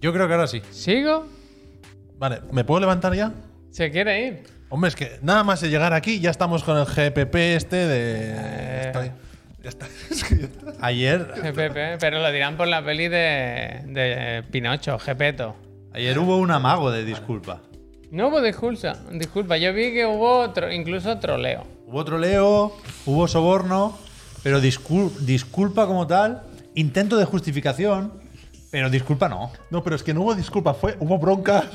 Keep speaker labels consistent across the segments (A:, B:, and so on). A: Yo creo que ahora sí.
B: ¿Sigo?
A: Vale, ¿me puedo levantar ya?
B: ¿Se quiere ir?
A: Hombre, es que nada más de llegar aquí ya estamos con el GPP este de.
B: Eh,
A: Estoy- Ya está. Es que ya está. Ayer,
B: GPP, pero lo dirán por la peli de, de Pinocho, Gepeto.
C: Ayer hubo un amago de disculpa.
B: No hubo disculpa, disculpa, yo vi que hubo otro, incluso troleo.
C: Hubo troleo, hubo soborno, pero discul- disculpa como tal, intento de justificación, pero disculpa no.
A: no, pero es que no hubo disculpa, fue, hubo bronca.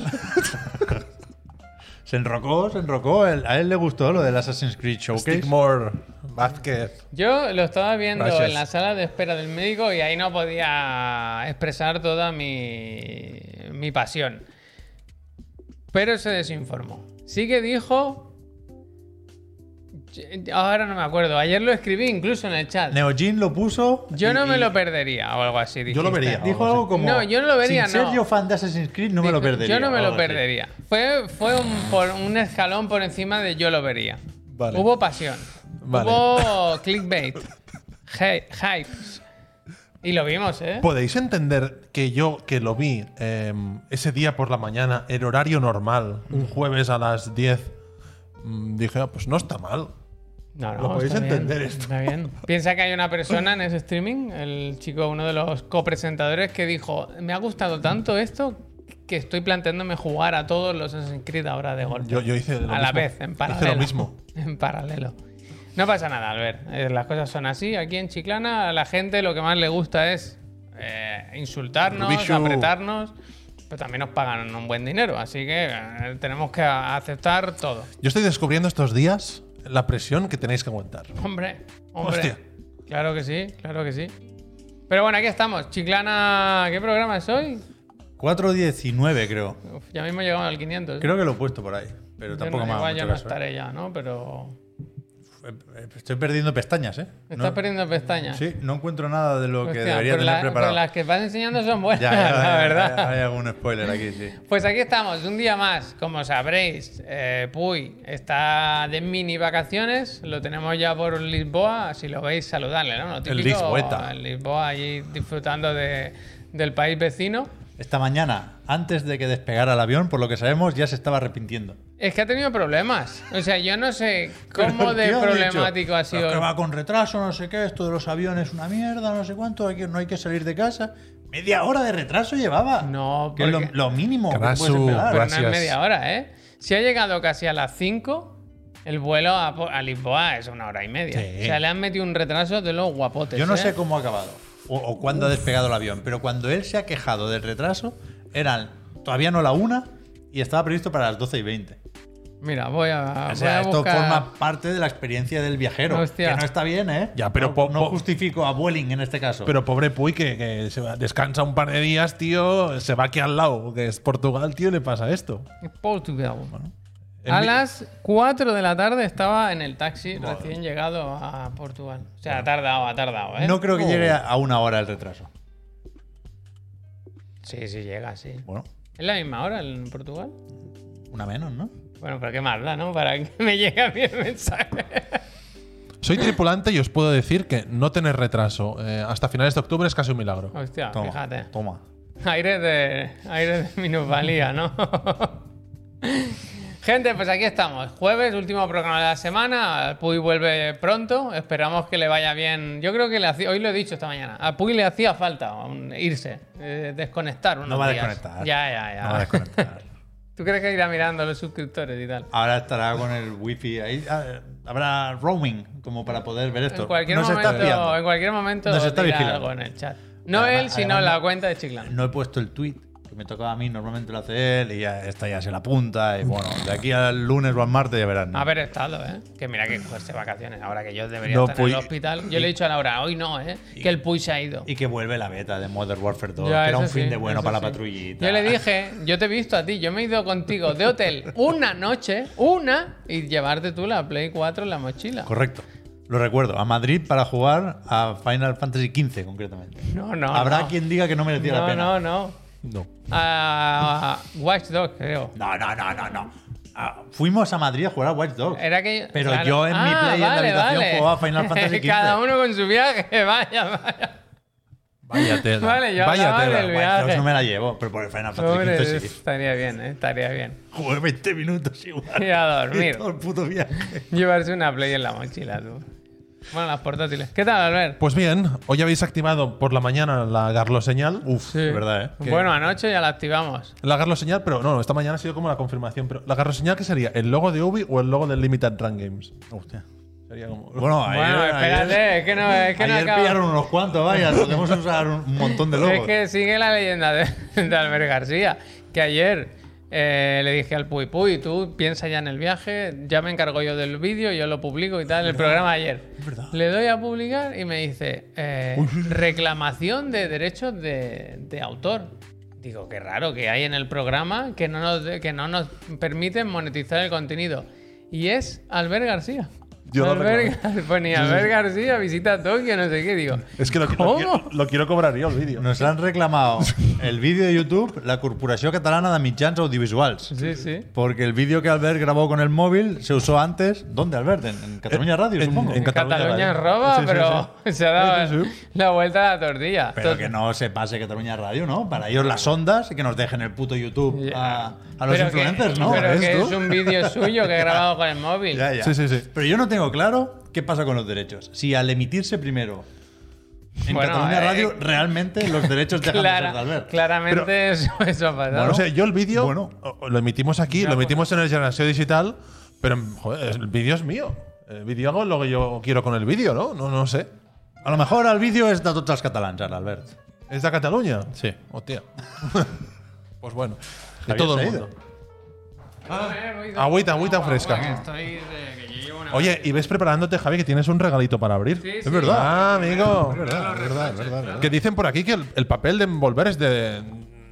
C: Se enrocó, se enrocó. él- A él le gustó lo del Assassin's Creed Showcase.
A: Stickmore, Vázquez.
B: Yo lo estaba viendo
A: Gracias.
B: en la sala de espera del médico y ahí no podía expresar toda mi, mi pasión. Pero se desinformó. Sí que dijo... Ahora no me acuerdo, ayer lo escribí incluso en el chat.
C: Neojin lo puso.
B: Yo
C: y-
B: no me
C: y
B: lo perdería o algo así.
A: Yo lo
B: dijiste.
A: vería.
C: Dijo algo como.
B: No, yo no lo vería,
C: Sin
B: no.
C: ser yo fan de Assassin's Creed, no me lo
B: Dijo,
C: perdería.
B: Yo no me
C: o
B: lo
C: algo así.
B: perdería. Fue, fue un, por un escalón por encima de yo lo vería.
A: Vale.
B: Hubo pasión.
A: Vale.
B: Hubo clickbait. hy- Hypes. Y lo vimos, ¿eh?
A: ¿Podéis entender que yo, que lo vi eh, ese día por la mañana, el horario normal, un jueves a las 10, mm, dije, ah, pues no está mal.
B: No, no,
A: lo podéis
B: está bien,
A: entender esto.
B: Está bien. Piensa que hay una persona en ese streaming, el chico, uno de los copresentadores, que dijo: Me ha gustado tanto esto que estoy planteándome jugar a todos los Assassin's Creed ahora de golpe.
A: Yo, yo hice lo
B: a la
A: mismo.
B: vez, en paralelo.
A: Hice lo mismo.
B: En paralelo. No pasa nada, Albert. Eh, Las cosas son así. Aquí en Chiclana a la gente lo que más le gusta es eh, insultarnos,
A: Rubichu.
B: apretarnos. Pero también nos pagan un buen dinero, así que eh, tenemos que a- aceptar todo.
A: Yo estoy descubriendo estos días la presión que tenéis que aguantar.
B: Hombre, hombre.
A: Hostia.
B: Claro que sí, claro que sí. Pero bueno, aquí estamos. Chiclana, ¿qué programa es hoy?
C: 4.19, creo.
B: Uf, ya mismo llegamos al 500.
C: Creo que lo he puesto por ahí. Pero
B: Yo
C: tampoco
B: no,
C: me ha dado
B: igual ya
C: mucho
B: no
C: caso, ¿eh?
B: estaré ya, ¿no? Pero...
C: Eh, eh, Estoy perdiendo pestañas, ¿eh?
B: Estás
C: No-
B: perdiendo pestañas.
C: Sí, no encuentro nada de lo que
B: Hostia,
C: debería
B: pero
C: tener
B: la-
C: preparado.
B: pero las que vas enseñando son buenas,
C: Ya, ya,
B: la
C: ya,
B: verdad.
C: ya, hay algún spoiler aquí, sí.
B: Pues aquí estamos, un día más. Como sabréis, eh, Puy está de mini vacaciones. Lo tenemos ya por Lisboa. Si lo veis, saludarle, ¿no? Lo típico,
C: Lisboeta.
B: el Lisboa allí disfrutando de- del país vecino.
C: Esta mañana, antes de que despegara el avión, por lo que sabemos, ya se estaba arrepintiendo.
B: Es que ha tenido problemas. O sea, yo no sé
C: Pero
B: cómo
C: el
B: de
C: tío ha
B: problemático
C: dicho,
B: ha sido.
C: "Pero Que va con retraso, no sé qué, esto de los aviones una mierda, no sé cuánto, aquí no hay que salir de casa. Media hora de retraso llevaba.
B: No,
C: que es lo,
B: porque-
C: lo mínimo que
A: Carasu,
C: puedes esperar.
B: Pero no es
A: Gracias.
B: media hora, ¿eh? Si ha llegado casi a las 5, el vuelo a, Po- a Lisboa es una hora y media.
A: Sí.
B: O sea, le han metido un retraso de los guapotes.
C: Yo no
B: ¿eh?
C: sé cómo ha acabado o, o cuándo ha despegado el avión, pero cuando él se ha quejado del retraso, eran todavía no la una y estaba previsto para las 12 y 20.
B: Mira, voy a.
C: O sea,
B: Ah, voy a
C: esto
B: buscar-
C: forma parte de la experiencia del viajero.
B: Hostia.
C: Que no está bien, ¿eh?
A: Ya, pero
C: no,
A: po-
C: no
A: po-
C: justifico a Vueling en este caso.
A: Pero pobre Puy, que, que se va- descansa un par de días, tío, se va aquí al lado, que es Portugal, tío, y le pasa esto.
B: Portugal.
A: En
B: A
A: mi-
B: las 4 de la tarde estaba en el taxi recién llegado a Portugal. O sea, ha tardado, ha tardado, ¿eh?
C: no creo que llegue a- a una hora el retraso.
B: Sí, sí, llega, sí.
C: Bueno,
B: ¿Es la misma hora en Portugal?
C: una menos, ¿no?
B: Bueno, pero qué más da, ¿no? Para que me llegue a mí el mensaje.
A: Soy tripulante y os puedo decir que no tener retraso eh, hasta finales de octubre es casi un milagro.
B: Hostia,
C: Toma,
B: fíjate.
C: toma.
B: Aire de, aire de minusvalía, ¿no? Gente, pues aquí estamos. Jueves, último programa de la semana. Puy vuelve pronto. Esperamos que le vaya bien. Yo creo que le hacía, hoy lo he dicho esta mañana. A Puy le hacía falta un- irse, eh, desconectar unos
C: No va a
B: días.
C: desconectar.
B: Ya, ya, ya.
C: No va a desconectar.
B: ¿Tú crees que irá mirando los suscriptores y tal?
C: Ahora estará con el wifi. Ahí ah, habrá roaming como para poder ver esto.
B: En cualquier
C: Nos está
B: momento,
C: espiando.
B: en cualquier momento
C: Nos está
B: dirá
C: vigilando.
B: algo en el chat. No
C: Además-
B: él, sino
C: además-
B: la cuenta de Chiclana.
C: No he puesto el tweet que me tocaba a mí, normalmente lo hace él y ya esta ya se la apunta. Y bueno, de aquí al lunes o al martes ya verán. ¿no?
B: Haber estado, ¿eh? Que mira que cogerse vacaciones. Ahora que yo debería
C: No,
B: estar en el
C: Puy-
B: hospital. Yo le he dicho a Laura, hoy no, ¿eh? Que el Puy se ha ido.
C: Y que vuelve la beta de Modern Warfare 2,
B: Ya,
C: que era
B: eso
C: un fin
B: sí,
C: de bueno
B: eso
C: para
B: sí.
C: la patrullita.
B: Yo le dije, yo te he visto a ti, yo me he ido contigo de hotel una noche, una, y llevarte tú la Play 4 en la mochila.
C: Correcto. Lo recuerdo, a Madrid para jugar a Final Fantasy XV concretamente.
B: No, no.
C: Habrá
B: no.
C: quien diga que no merecía la
B: No,
C: pena.
B: no, no.
A: No.
B: A Watch Dogs, creo.
C: No, no, no, no, no. Ah, fuimos a Madrid a jugar a Watch Dogs.
B: Era que
C: Pero
B: claro.
C: yo en mi
B: Ah,
C: play en la
B: vale,
C: habitación
B: vale.
C: jugaba Final Fantasy XV.
B: Cada uno con su viaje, vaya, vaya.
A: Vaya tela.
B: Vale, yo
A: Vaya
B: hablaba
A: tela.
B: del
A: Vaya-
B: viaje.
C: Yo no me la llevo, pero por el Final
B: Sobre-
C: Fantasy V sí.
B: estaría bien, eh, estaría bien.
C: Jugué 20 minutos igual.
B: Y a dormir.
C: Todo el puto viaje.
B: Llevarse una Play en la mochila, tú. Bueno, las portátiles. ¿Qué tal, Albert?
A: Pues bien, hoy habéis activado por la mañana la garloseñal. Uf.
B: Sí.
C: es verdad, ¿eh? Que-
B: Bueno, anoche ya la activamos.
A: La garloseñal, pero no, esta mañana ha sido como la confirmación. Pero la garloseñal, ¿qué sería? ¿El logo de Ubi o el logo de Limited Run Games?
C: Hostia.
A: Sería como.
C: Bueno, ayer,
B: bueno,
C: ayer,
B: espérate, es que no, es que no
C: ayer
B: acaba.
C: pillaron unos cuantos, vaya. Podemos usar un un montón de logos.
B: Es que sigue la leyenda de, de Albert García, que ayer eh, le dije al Puy Puy, tú piensa ya en el viaje, ya me encargo yo del vídeo, yo lo publico y tal, el programa ayer.
C: verdad.
B: Le doy a publicar y me dice, eh, reclamación de derechos de, de autor. Digo, qué raro que hay en el programa que no nos, que no nos permiten monetizar el contenido. Y es Albert García.
A: Yo lo
B: Albert, Gar- ponía, Albert García visita Tokio, no sé qué, digo.
A: Es que lo, lo
B: ¿Cómo?
A: quiero, lo quiero cobrar yo el vídeo.
C: Nos han reclamado el vídeo de YouTube, la Corporació Catalana de Mitjans Audiovisuals.
B: Sí, sí.
C: Porque el vídeo que Albert grabó con el móvil se usó antes. ¿Dónde, Albert? En, en Cataluña Radio,
A: en-
C: supongo.
A: en
B: Eh, Cataluña,
A: Cataluña
B: roba,
A: Sí, sí,
B: pero se ha dado
A: Sí, sí,
B: la vuelta a la tortilla.
C: Pero
B: Tot-
C: que no se pase Cataluña Radio, ¿no? Para ellos las ondas y que nos dejen el puto YouTube a, a los
B: pero que-
C: influencers, ¿no?
B: Pero
C: ¿Ves,
B: que
C: tú?
B: es un vídeo suyo que he grabado con el móvil.
C: Ya, ya.
A: Sí, sí, sí.
C: Pero yo no tengo claro qué pasa con los derechos. Si al emitirse primero en
B: Bueno,
C: Cataluña
B: eh,
C: Radio, realmente los derechos dejan de
B: Clara-
C: ser de Albert.
B: claramente eso, eso ha pasado.
A: Bueno, o sea, yo el vídeo
C: Bueno.
A: o- o lo emitimos aquí, lo emitimos en el Generación Digital, pero joder, el vídeo es mío. El vídeo hago lo que yo quiero con el vídeo, ¿no? No, no sé.
C: A lo mejor el vídeo es de tots els catalans, ara, Albert.
A: ¿Es de Cataluña?
C: Sí.
A: Hostia. pues bueno. De
C: Javier
A: todo
C: se ha
A: el
C: ido.
A: mundo.
B: Ah,
A: agüita, agüita fresca.
B: Que estoy de- que yo llevo una-
A: Oye, y ves preparándote, Javi, que tienes un regalito para abrir.
B: Sí,
A: es
B: sí.
A: verdad. Ah, amigo.
C: Es verdad, es verdad.
A: Que dicen por aquí que el, el papel de envolver es de,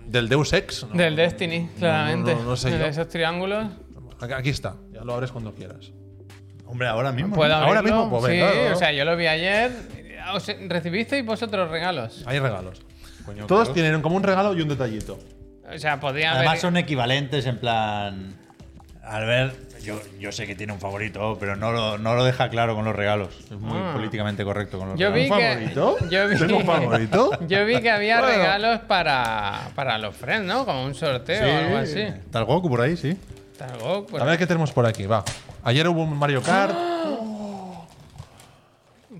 A: del Deus Ex. ¿no?
B: Del Destiny, claramente.
A: no, no sé
B: de
A: yo.
B: esos triángulos.
A: Aquí- Aquí está. Ya lo abres cuando quieras.
C: Hombre, ahora mismo.
B: ¿Puedo
A: Ahora
B: abrirlo?
A: mismo, pues,
B: sí,
A: venga, claro.
B: o sea, yo lo vi ayer. Os- ¿Recibisteis vosotros regalos?
A: Hay regalos.
C: Coño,
A: Todos
C: claro.
A: tienen como un regalo y un detallito.
B: O sea, podría haber.
C: Además son equivalentes en plan. Albert, yo, yo sé que tiene un favorito, pero no lo, no lo deja claro con los regalos. Es muy
B: Ah.
C: políticamente correcto con los
B: Yo vi
C: regalos.
A: ¿Un
B: que.
A: favorito?
B: Yo vi,
A: ¿Tengo un favorito?
B: Yo vi que había
A: Bueno.
B: regalos para, para los friends, ¿no? Como un sorteo o algo así.
C: Está el Goku por ahí, sí.
B: Tal Goku, por-
A: A ver qué tenemos por aquí, va. Ayer hubo un Mario Kart.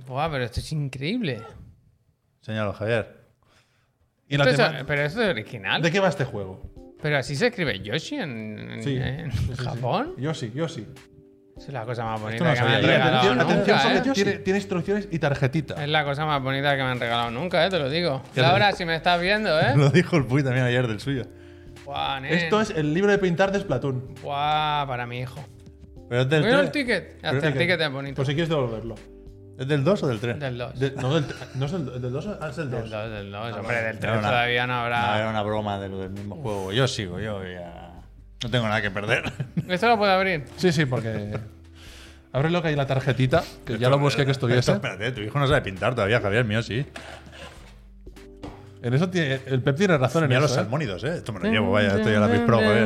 B: Buah, pero esto es increíble.
C: Señalo, Javier.
A: Y la
B: Esto es-
A: tema-
B: pero ¿eh? esto es original.
A: ¿De qué va este juego?
B: Pero así se escribe Yoshi en, en-
A: Sí.
B: en Japón.
A: Yo sí, yo sí.
B: Es la cosa más bonita
C: no
B: que me
C: sabía
B: han
A: Y
C: yo.
B: regalado
A: Ah, atención,
B: nunca.
A: atención,
B: ¿eh?
A: porque tiene, tiene instrucciones y tarjetita.
B: Es la cosa más bonita que me han regalado nunca, ¿eh? te lo digo.
A: Ya te-
B: Laura, si me estás viendo, ¿eh?
C: Lo dijo el Puy también ayer del suyo.
B: Buah, nen.
A: Esto es el libro de pintar de Splatoon.
B: Buah, para mi hijo.
C: ¿Pero es del
B: Mira
C: 3?
B: el ticket. Hasta el ticket es bonito.
A: Por si quieres devolverlo.
C: ¿Es del 2 o del 3?
B: Del 2.
A: De- no, del, no es el, el del 2, es el 2.
B: Del 2, del 2. Hombre, del 3
C: Era una-
B: todavía no
C: No, era
B: habrá.
C: una broma de lo del mismo juego. Yo sigo, yo ya. No tengo nada que perder.
B: ¿Esto lo puedo abrir?
A: Sí, sí, porque. Ábrelo que hay la tarjetita, que ya lo busqué que
C: Esto,
A: estuviese.
C: espérate, tu hijo no sabe pintar todavía, Javier, mío sí.
A: En eso tiene- el Pep tiene razón en
C: Mira los
A: eso. ¿eh?
C: salmónidos, eh. Esto me lo eh. llevo, vaya, esto ya la Pro, Javier.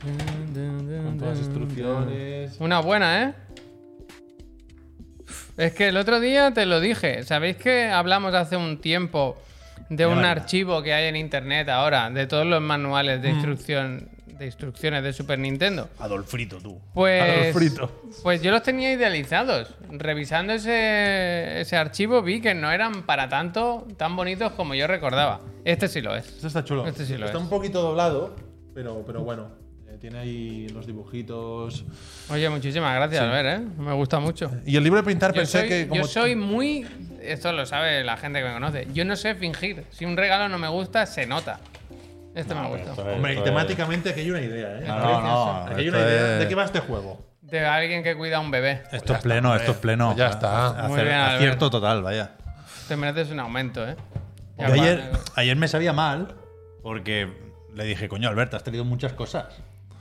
A: Con todas las instrucciones.
B: Una buena, ¿eh? Es que el otro día te lo dije. ¿Sabéis que hablamos hace un tiempo de un
C: máquina.
B: archivo que hay en internet ahora, de todos los manuales
C: Mm.
B: de instrucción de instrucciones de Super Nintendo?
C: Adolfrito, tú.
B: Pues,
A: Arroz frito.
B: pues yo los tenía idealizados. Revisando ese, ese archivo vi que no eran para tanto tan bonitos como yo recordaba. Este sí lo es.
A: Este está chulo.
B: Este sí lo
A: está
B: es.
A: un poquito doblado, pero, pero bueno. eh, tiene ahí los dibujitos.
B: Oye, muchísimas gracias, Albert, ¿eh? Me gusta mucho.
A: Y el libro de pintar
B: Yo
A: pensé
B: soy,
A: que. Como
B: yo soy muy... Esto lo sabe la gente que me conoce. Yo no sé fingir. Si un regalo no me gusta, se nota. Este me gusta.
C: esto es-
A: Hombre, y temáticamente aquí hay una idea, ¿eh?
C: No, no, no.
A: Aquí hay
C: esto
A: una idea.
C: es-
A: ¿De qué va este juego?
B: De alguien que cuida a un bebé.
C: Esto es pleno, esto es pleno.
A: Pues Ya está.
C: Acer-
B: Muy bien, Albert.
C: acierto total, vaya.
B: Te mereces un aumento, ¿eh? Ya
C: Yo
B: va-
C: ayer, ayer me sabía mal porque le dije, coño, Alberto, has traído muchas cosas.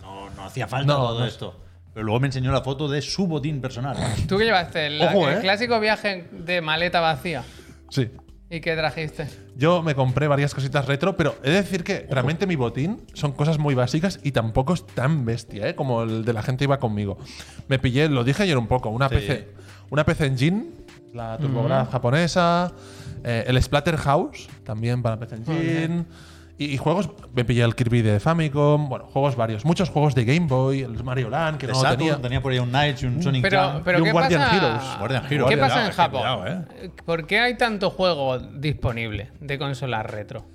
C: No, no hacía falta
A: No,
C: todo
A: no. Ah,
C: esto. Pero luego me enseñó la foto de su botín personal.
B: ¿Tú qué llevaste? El,
C: Ojo,
B: el
C: ¿eh?
B: clásico viaje de maleta vacía.
A: Sí.
B: ¿Y qué trajiste?
A: Yo me compré varias cositas retro, pero he de decir que realmente mi botín son cosas muy básicas y tampoco es tan bestia, ¿eh? como el de la gente iba conmigo. Me pillé, lo dije ayer un poco, una PC. Una PC Engine la TurboGraf japonesa, eh, el Splatterhouse, también para PC Engine. Y, y juegos, me pillé el Kirby de Famicom, bueno, juegos varios, muchos juegos de Game Boy, el Mario Land, que
C: De
A: no lo
C: Saturn,
A: tenía.
C: tenía. por ahí un Knights y un Sonic
B: Mm, Pero,
C: Jam.
A: y
B: pero
A: un
B: ¿qué
A: Guardian
B: pasa?
A: Heroes.
C: Guardian Heroes,
B: ¿Qué
C: cuidado,
B: pasa en
C: eh,
B: Japón?
C: cuidado,
B: ¿Por qué hay tanto juego disponible de consolas retro?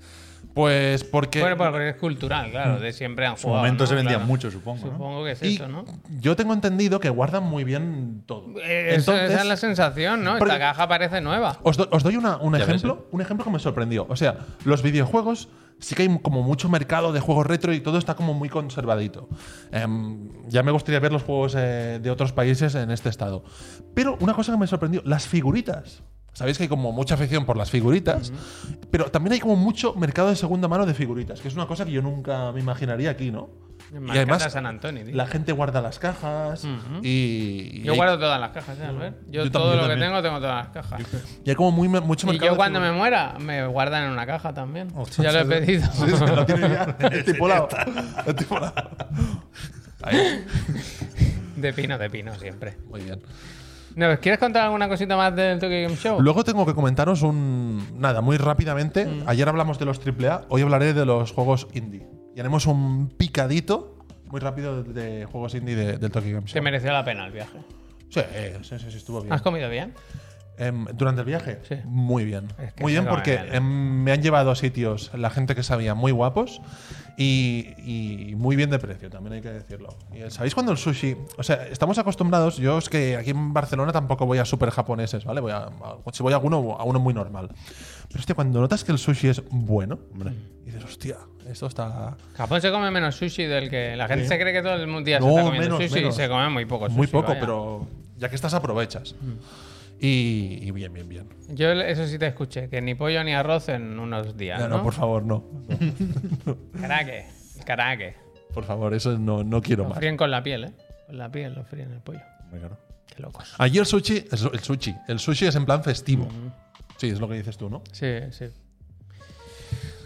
A: Pues porque.
B: Bueno, porque es cultural, claro, de siempre han
C: su
B: jugado.
C: momento
B: ¿no?
C: se vendían
B: Claro.
C: mucho, supongo. ¿no?
B: Supongo que es
A: y
B: eso, ¿no?
A: Yo tengo entendido que guardan muy bien todo.
B: Eh, eso- esa es la sensación, ¿no?
A: porque-
B: Esta caja parece nueva.
A: Os, do- os doy una- un
C: ves,
A: ejemplo.
B: ¿eh?
A: Un ejemplo que me sorprendió. O sea, los videojuegos sí que hay como mucho mercado de juegos retro y todo está como muy conservadito. Em, ya me gustaría ver los juegos eh, de otros países en este estado. Pero una cosa que me sorprendió, las figuritas. Sabéis que hay como mucha afición por las figuritas, pero también hay como mucho mercado de segunda mano de figuritas, que es una cosa que yo nunca me imaginaría aquí, ¿no?
B: Me
A: y además,
B: encanta San Antonio, tío.
A: la gente guarda las cajas y, y
B: Yo
A: hay-
B: guardo todas las cajas, ¿eh, Albert? Yo,
A: Yo
B: todo
A: también,
B: lo que
A: también.
B: tengo, tengo todas las cajas.
A: y hay como muy, mucho
B: Y
A: mercado.
B: yo
A: de
B: cuando me
A: figuritas.
B: muera, me guardan en una caja también. ya lo he pedido.
A: Sí, sí, lo tiene ya estipulado. Estipulado. Ahí.
B: De pino, de pino, siempre.
A: Muy bien.
B: No, ¿Quieres contar alguna cosita más del Tokyo Game Show?
A: Luego tengo que comentaros un. Nada, muy rápidamente. Ayer hablamos de los AAA, hoy hablaré de los juegos indie. Y haremos un picadito muy rápido de juegos indie de- del Tokyo Game
B: Que
A: Show.
B: mereció la pena el viaje.
A: Sí, eh, sí, sí, sí, estuvo bien.
B: ¿Has comido bien?
A: Em, Durante el viaje,
B: Sí.
A: muy bien.
B: Es que
A: muy bien
B: se come
A: porque
B: bien.
A: em, me han llevado a sitios la gente que sabía muy guapos y, y muy bien de precio, también hay que decirlo. Y el- ¿Sabéis cuando el sushi? O sea, estamos acostumbrados, yo es que aquí en Barcelona tampoco voy a super japoneses, ¿vale? Voy a, a- si voy a alguno, a uno muy normal. Pero hostia, cuando notas que el sushi es bueno, y dices, hostia, esto está
B: Japón se come menos sushi del que la gente se cree que todo el mundo día se
A: No,
B: está comiendo
A: menos,
B: sushi
A: menos.
B: y se come muy poco sushi.
A: muy poco,
B: Pues vaya.
A: pero ya que estás aprovechas. Y, y bien, bien, bien.
B: Yo eso sí te escuché, que ni pollo ni arroz en unos días.
A: No,
B: ¿no?
A: no, por favor, no. No,
B: Caraque, caraque.
A: por favor, eso no, no quiero
B: Lo
A: más.
B: fríen con la piel, ¿eh? Con la piel lo fríen el pollo. Qué locos.
A: Allí el sushi, el su- el sushi, el sushi es en plan festivo. Sí, es lo que dices tú, ¿no?
B: Sí, sí.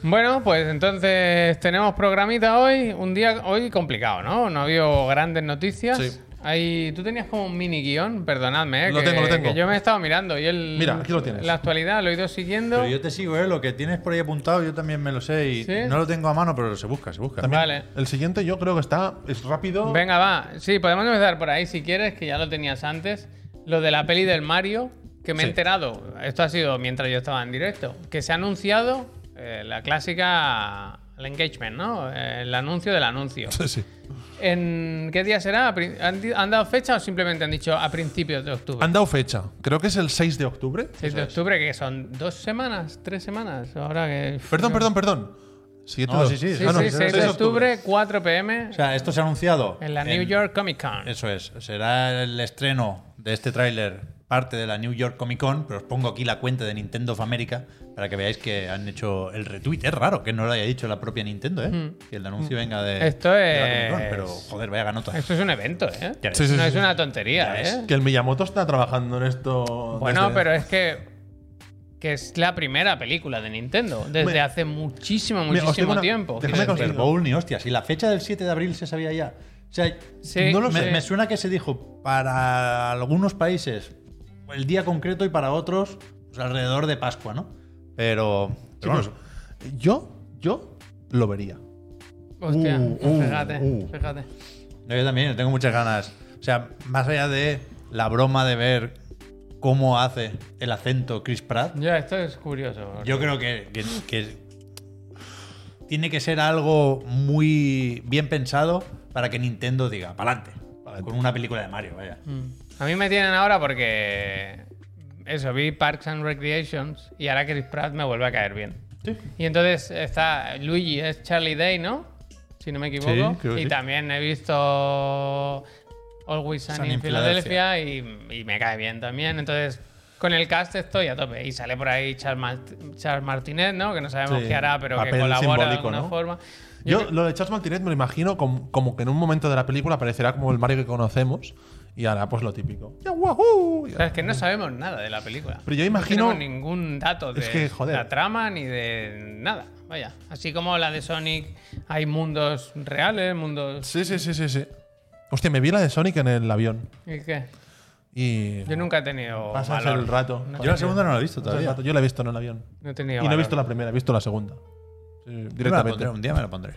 B: Bueno, pues entonces tenemos programita hoy. Un día hoy complicado, ¿no? No ha habido grandes noticias.
A: Sí.
B: Hay- tú tenías como un mini guión, perdonadme, ¿eh?
A: Lo
B: que,
A: tengo, lo tengo.
B: que yo me he estado mirando y el,
A: Mira, aquí lo tienes.
B: la actualidad lo he ido siguiendo.
C: Pero yo te sigo, ¿eh? Lo que tienes por ahí apuntado, yo también me lo sé y
B: ¿Sí?
C: no lo tengo a mano, pero se busca, se busca.
A: También,
B: Vale.
A: El siguiente yo creo que está, eh, es rápido.
B: Venga, va. Sí, podemos empezar por ahí si quieres, que ya lo tenías antes. Lo de la peli del Mario, que me he
A: Sí.
B: enterado. Esto ha sido mientras yo estaba en directo. Que se ha anunciado eh, la clásica. El engagement, ¿no? Eh, El anuncio del anuncio.
A: Sí, sí.
B: ¿En qué día será? ¿A prin- ¿Han, di- han dado fecha o simplemente han dicho a principios de octubre?
A: Han dado fecha. Creo que es el 6 de octubre.
B: 6 de octubre, que son dos semanas, tres semanas. Ahora que.
A: Perdón, perdón, perdón. Siguiente
C: No,
A: dos.
C: sí, sí,
B: Sí,
A: Ah, no,
B: sí, 6 de
A: octubre.
B: octubre, 4 pm,
C: O sea, esto se ha anunciado.
B: en la New York Comic Con.
C: Eso es. Será el estreno de este tráiler parte de la New York Comic Con, pero os pongo aquí la cuenta de Nintendo of America para que veáis que han hecho el retweet. Es raro que no lo haya dicho la propia Nintendo, ¿eh? Que el anuncio venga de,
B: Esto
C: de la Comic
B: es-
C: Con, pero joder, vaya ganota.
B: Esto es un evento, ¿eh?
C: Ya ves.
A: Sí, sí,
B: no
A: sí,
B: es
A: sí.
B: una tontería, ¿eh?
A: Que el Miyamoto está trabajando en esto.
B: Bueno,
A: desde-
B: pero es que. Que es la primera película de Nintendo desde
A: Me-
B: hace muchísimo,
A: os digo
B: muchísimo
A: una-
B: tiempo.
A: déjame
C: Ni
A: consigo.
C: Super Bowl ni hostias. Y la fecha del 7 de abril se sabía ya. O sea,
B: Sí,
C: no lo sé.
B: sí.
C: Me, me suena que se dijo para algunos países el día concreto y para otros pues, alrededor de Pascua, ¿no? Pero, pero
A: Chicos,
C: vamos,
A: yo, yo lo vería.
B: Hostia,
A: Uh, uh,
B: fíjate,
A: uh.
B: fíjate.
C: yo también tengo muchas ganas. O sea, más allá de la broma de ver cómo hace el acento Chris Pratt,
B: Ya, esto es curioso.
C: Yo creo que, que- que tiene que ser algo muy bien pensado para que Nintendo diga, pa'lante, con una película de Mario, vaya.
B: Mm. A mí me tienen ahora porque. Eso, vi Parks and Recreations y ahora Chris Pratt me vuelve a caer bien. Y entonces está Luigi, es Charlie Day, ¿no? Si no me equivoco.
C: creo que
B: y
C: sí.
B: también he visto Always Sunny en Filadelfia y, y me cae bien también. Entonces, con el cast estoy a tope. Y sale por ahí Charles, Mart- Charles Martinet, ¿no? Que no sabemos
A: Sí,
B: qué hará, pero que
A: papel
B: colabora de
A: simbólico,
B: alguna
A: ¿no?
B: forma.
A: Yo lo de Charles Martinet me lo imagino como, como que en un momento de la película aparecerá como el Mario que conocemos y hará pues lo típico. ¡Yahoo!
B: O sea, es que no sabemos nada de la película.
A: Pero yo
B: No
A: imagino-
B: tenemos ningún dato de
A: Es que, joder.
B: la trama ni de nada. Vaya. Así como la de Sonic, hay mundos reales, mundos.
A: Sí, sí, sí, sí, sí. Hostia, me vi la de Sonic en el avión.
B: ¿Y qué?
A: Y
B: Yo nunca he tenido.
A: pasas
B: valor.
A: el rato.
B: No.
A: Pasas
C: Oh, Yo la segunda no la he visto
A: el
C: todavía.
A: rato. Yo la he visto en el avión.
B: No he tenido.
A: Y no he
B: valor.
A: visto la primera, he visto la segunda. Sí,
C: Me la pondré,
A: directamente.
C: un día me la pondré.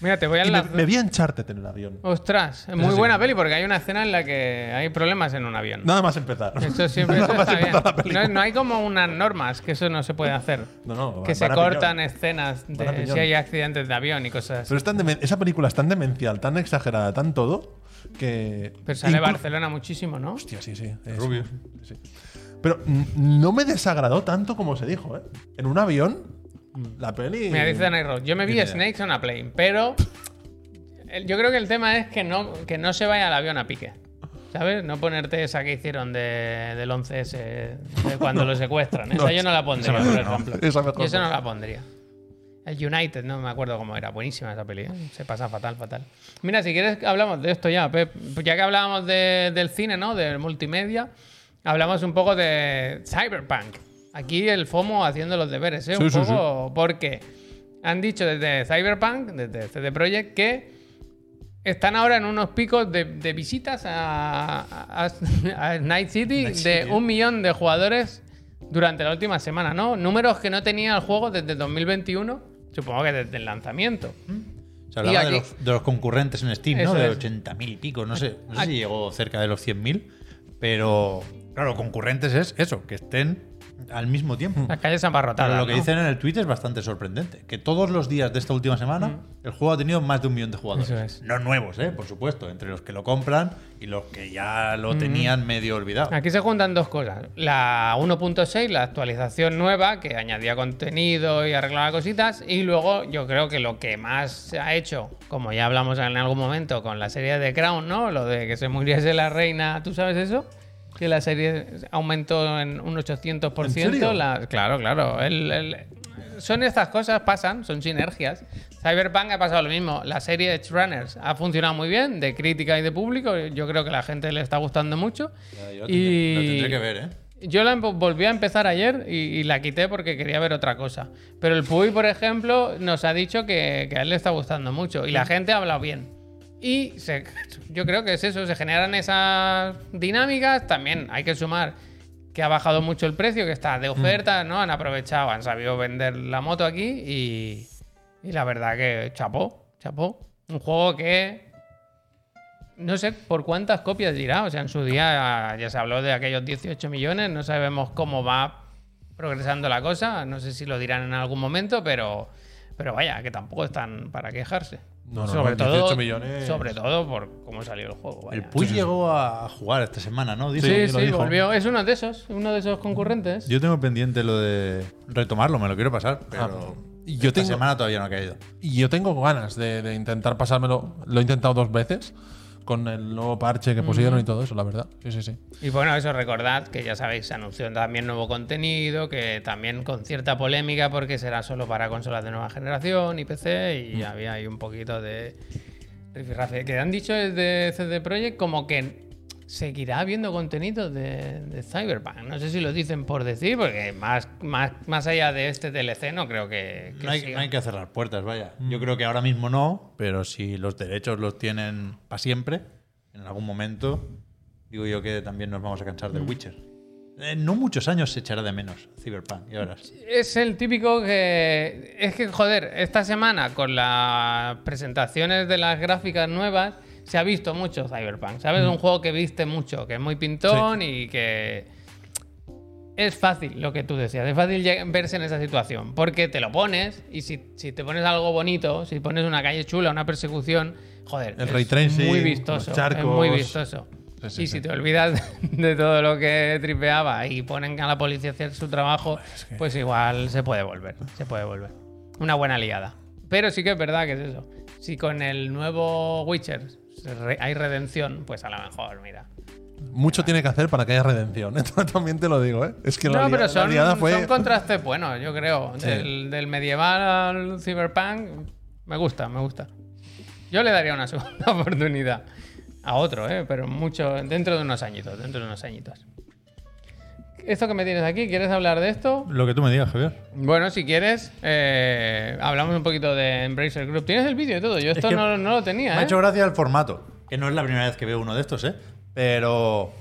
B: Mira, te voy a
A: Y me,
B: la.
A: me vi Uncharted en el avión.
B: Ostras, es muy
A: sí.
B: buena peli porque hay una escena en la que hay problemas en un avión.
A: Nada más empezar.
B: Esto siempre
A: Nada
B: eso
A: más
B: está
A: empezar la
B: bien.
A: película.
B: No, no hay como unas normas que eso no se puede hacer.
A: No, no,
B: que
A: van
B: se
A: a
B: cortan
A: piñón.
B: escenas de
A: Van a piñón.
B: si hay accidentes de avión y cosas así.
A: Pero es tan demen- esa película es tan demencial, tan exagerada, tan todo, que.
B: Pero sale
A: inclu-
B: Barcelona muchísimo, ¿no?
A: Hostia, sí, sí. es-
C: Rubio.
A: sí. Pero mm, no me desagradó tanto como se dijo, ¿eh? En un avión, la peli.
B: Mm. Mira, dice Danai Road. Yo me vi
C: Tiene idea.
B: Snakes on a Plane, pero el- yo creo que el tema es que no, que no se vaya el avión a pique. ¿Sabes? No ponerte esa que hicieron de, del 11S de cuando lo secuestran. Esa
A: No,
B: yo no la pondría,
A: esa
B: por
A: no,
B: ejemplo.
A: esa mejor
B: yo esa no
A: no.
B: la pondría. El United, no me acuerdo cómo era. Buenísima esa peli. ¿eh? Se pasa fatal, fatal. Mira, si quieres hablamos de esto ya, Pep. Pues Ya que hablábamos de- del cine, ¿no? Del multimedia. Hablamos un poco de Cyberpunk. Aquí el FOMO haciendo los deberes, ¿eh?
A: Sí,
B: un
A: sí, sí.
B: poco porque han dicho desde Cyberpunk, desde CD Projekt, que están ahora en unos picos de, de visitas a, a- a Night City
C: Night
B: de
C: City.
B: un millón de jugadores durante la última semana, ¿no? Números que no tenía el juego desde 2021, supongo que desde el lanzamiento.
C: Se hablaba
B: Y
C: de
B: aquí-
C: los, de los concurrentes en Steam,
B: Eso
C: ¿no? De
B: es.
C: 80.000 y pico, no sé, no sé si llegó cerca de los 100.000, pero claro, concurrentes es eso, que estén al mismo tiempo.
B: Las calles abarrotadas.
C: Pero lo que
B: ¿no?
C: dicen en el tweet es bastante sorprendente, que todos los días de esta última semana el juego ha tenido más de un millón de jugadores.
B: Mm. Eso es.
C: No nuevos, ¿eh? por supuesto, entre los que lo compran y los que ya
B: Mm.
C: lo tenían medio olvidado.
B: Aquí se juntan dos cosas. La 1.6, la actualización nueva, que añadía contenido y arreglaba cositas. Y luego yo creo que lo que más se ha hecho, como ya hablamos en algún momento con la serie de Crown, ¿no? Lo de que se muriese la reina, ¿tú sabes eso? Que la serie aumentó en un 800%.
A: ¿En serio?
B: la- claro, claro. El- el- son estas cosas, pasan, son sinergias. Cyberpunk ha pasado lo mismo. La serie Edge Runners ha funcionado muy bien, de crítica y de público. Yo creo que a la gente le está gustando mucho.
C: Ya, yo lo, tendré,
B: Y-
C: lo tendré que ver, ¿eh?
B: Yo la empo- volví a empezar ayer y, y la quité porque quería ver otra cosa. Pero el Puy, por ejemplo, nos ha dicho que, que a él le está gustando mucho y la gente ha hablado bien. Y se- yo creo que es eso, se generan esas dinámicas. También hay que sumar que ha bajado mucho el precio, que está de
C: Mm.
B: oferta, ¿no? Han aprovechado, han sabido vender la moto aquí y, y la verdad que chapó, chapó. Un juego que no sé por cuántas copias dirá. O sea, en su día ya se habló de aquellos 18 millones. No sabemos cómo va progresando la cosa. No sé si lo dirán en algún momento, pero, pero vaya, que tampoco están para quejarse.
A: No, no, no, 18 millones.
B: Sobre todo por cómo salió el juego. vaya.
C: El Puy llegó a jugar esta semana, ¿no? Dice.
B: Sí,
A: lo
B: sí,
A: dijo.
B: volvió. Es uno de esos, uno de esos concurrentes.
C: Yo tengo pendiente lo de retomarlo, me lo quiero pasar, pero
A: Ah, yo
C: esta
A: tengo-
C: semana todavía no ha caído.
A: Y yo tengo ganas de, de intentar pasármelo. Lo he intentado dos veces con el nuevo parche que pusieron
B: Mm.
A: y todo eso, la verdad. Sí, sí, sí.
B: Y bueno, eso recordad que ya sabéis, se anunció también nuevo contenido, que también con cierta polémica porque será solo para consolas de nueva generación y PC y
C: Mm.
B: había ahí un poquito de rifirrafe. Que han dicho desde CD Projekt como que seguirá habiendo contenido de, de Cyberpunk. No sé si lo dicen por decir, porque más, más, más allá de este DLC no creo que, que
C: No hay,
B: siga. Mm.
C: no hay que cerrar puertas, vaya. Yo creo que ahora mismo no, pero si los derechos los tienen para siempre, en algún momento, digo yo que también nos vamos a cansar
B: Mm.
C: de Witcher. En no muchos años se echará de menos Cyberpunk, ya verás.
B: Es el típico que. Es que, joder, esta semana con las presentaciones de las gráficas nuevas se ha visto mucho Cyberpunk, ¿sabes?
A: Mm.
B: Un juego que viste mucho, que es muy pintón y que. Es fácil lo que tú decías, es fácil lleg- verse en esa situación, porque te lo pones y si, si te pones algo bonito, si pones una calle chula, una persecución, joder,
A: El
B: es
A: ray tracing,
B: muy
A: los
B: vistoso, es
A: charcos.
B: muy vistoso.
A: Sí, sí,
B: y
A: sí.
B: si te olvidas de todo lo que tripeaba y ponen a la policía a hacer su trabajo, pues igual se puede volver, se puede volver. Una buena liada. Pero sí que es verdad que es eso. Si con el nuevo Witcher se re- hay redención, pues a lo mejor, mira.
A: Mucho tiene que hacer para que haya redención. ¿eh? También te lo digo, ¿eh? Es que la,
B: No,
A: lia-
B: pero
A: la
B: son,
A: liada fue.
B: son contrastes buenos, yo creo. Del, del medieval al cyberpunk, me gusta, me gusta. Yo le daría una segunda oportunidad a otro, ¿eh? pero mucho dentro de unos añitos, dentro de unos añitos. Esto que me tienes aquí, ¿quieres hablar de esto?
C: Lo que tú me digas, Javier.
B: Bueno, si quieres, eh, hablamos un poquito de Embracer Group. Tienes el vídeo y todo. Yo esto
C: que
B: no, no lo
C: Me
B: tenía.
C: ha
B: ¿eh?
C: hecho gracia el formato, que no es la primera vez que veo uno de estos, ¿eh? Pero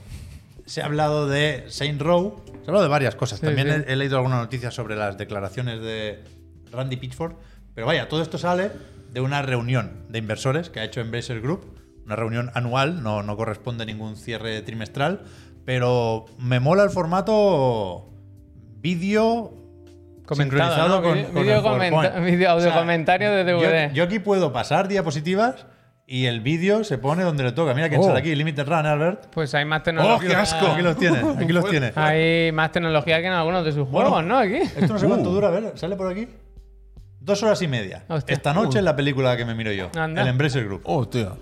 C: se ha hablado de Saint Row, se ha hablado de varias cosas.
B: Sí,
C: También
B: sí.
C: He, he leído alguna noticia sobre las declaraciones de Randy Pitchford. Pero vaya, todo esto sale de una reunión de inversores que ha hecho Embracer Group, una reunión anual, no, no corresponde a ningún cierre trimestral, pero me mola el formato vídeo
B: Comentado, ¿no?
C: sincronizado con,
B: Vídeo-
C: con
B: vídeo
C: el PowerPoint.
B: comenta- vídeo audio comentario de DVD.
C: Yo, yo aquí puedo pasar diapositivas y el vídeo se pone donde le toca. Mira quién
A: Oh.
C: sale aquí, Limited Run, Albert.
B: Pues hay más
C: ¡Oh,
B: tecnología.
C: qué asco! Aquí los tiene, aquí los tiene.
B: Hay más tecnología que en algunos de sus
C: Bueno.
B: juegos, ¿no? Aquí.
C: Esto no sé cuánto
A: Uh.
C: dura, a ver, sale por aquí. Dos horas y media.
B: Hostia. Uh.
C: Esta noche es la película que me miro yo.
B: Anda.
C: El Embracer Group.
A: Oh, tío.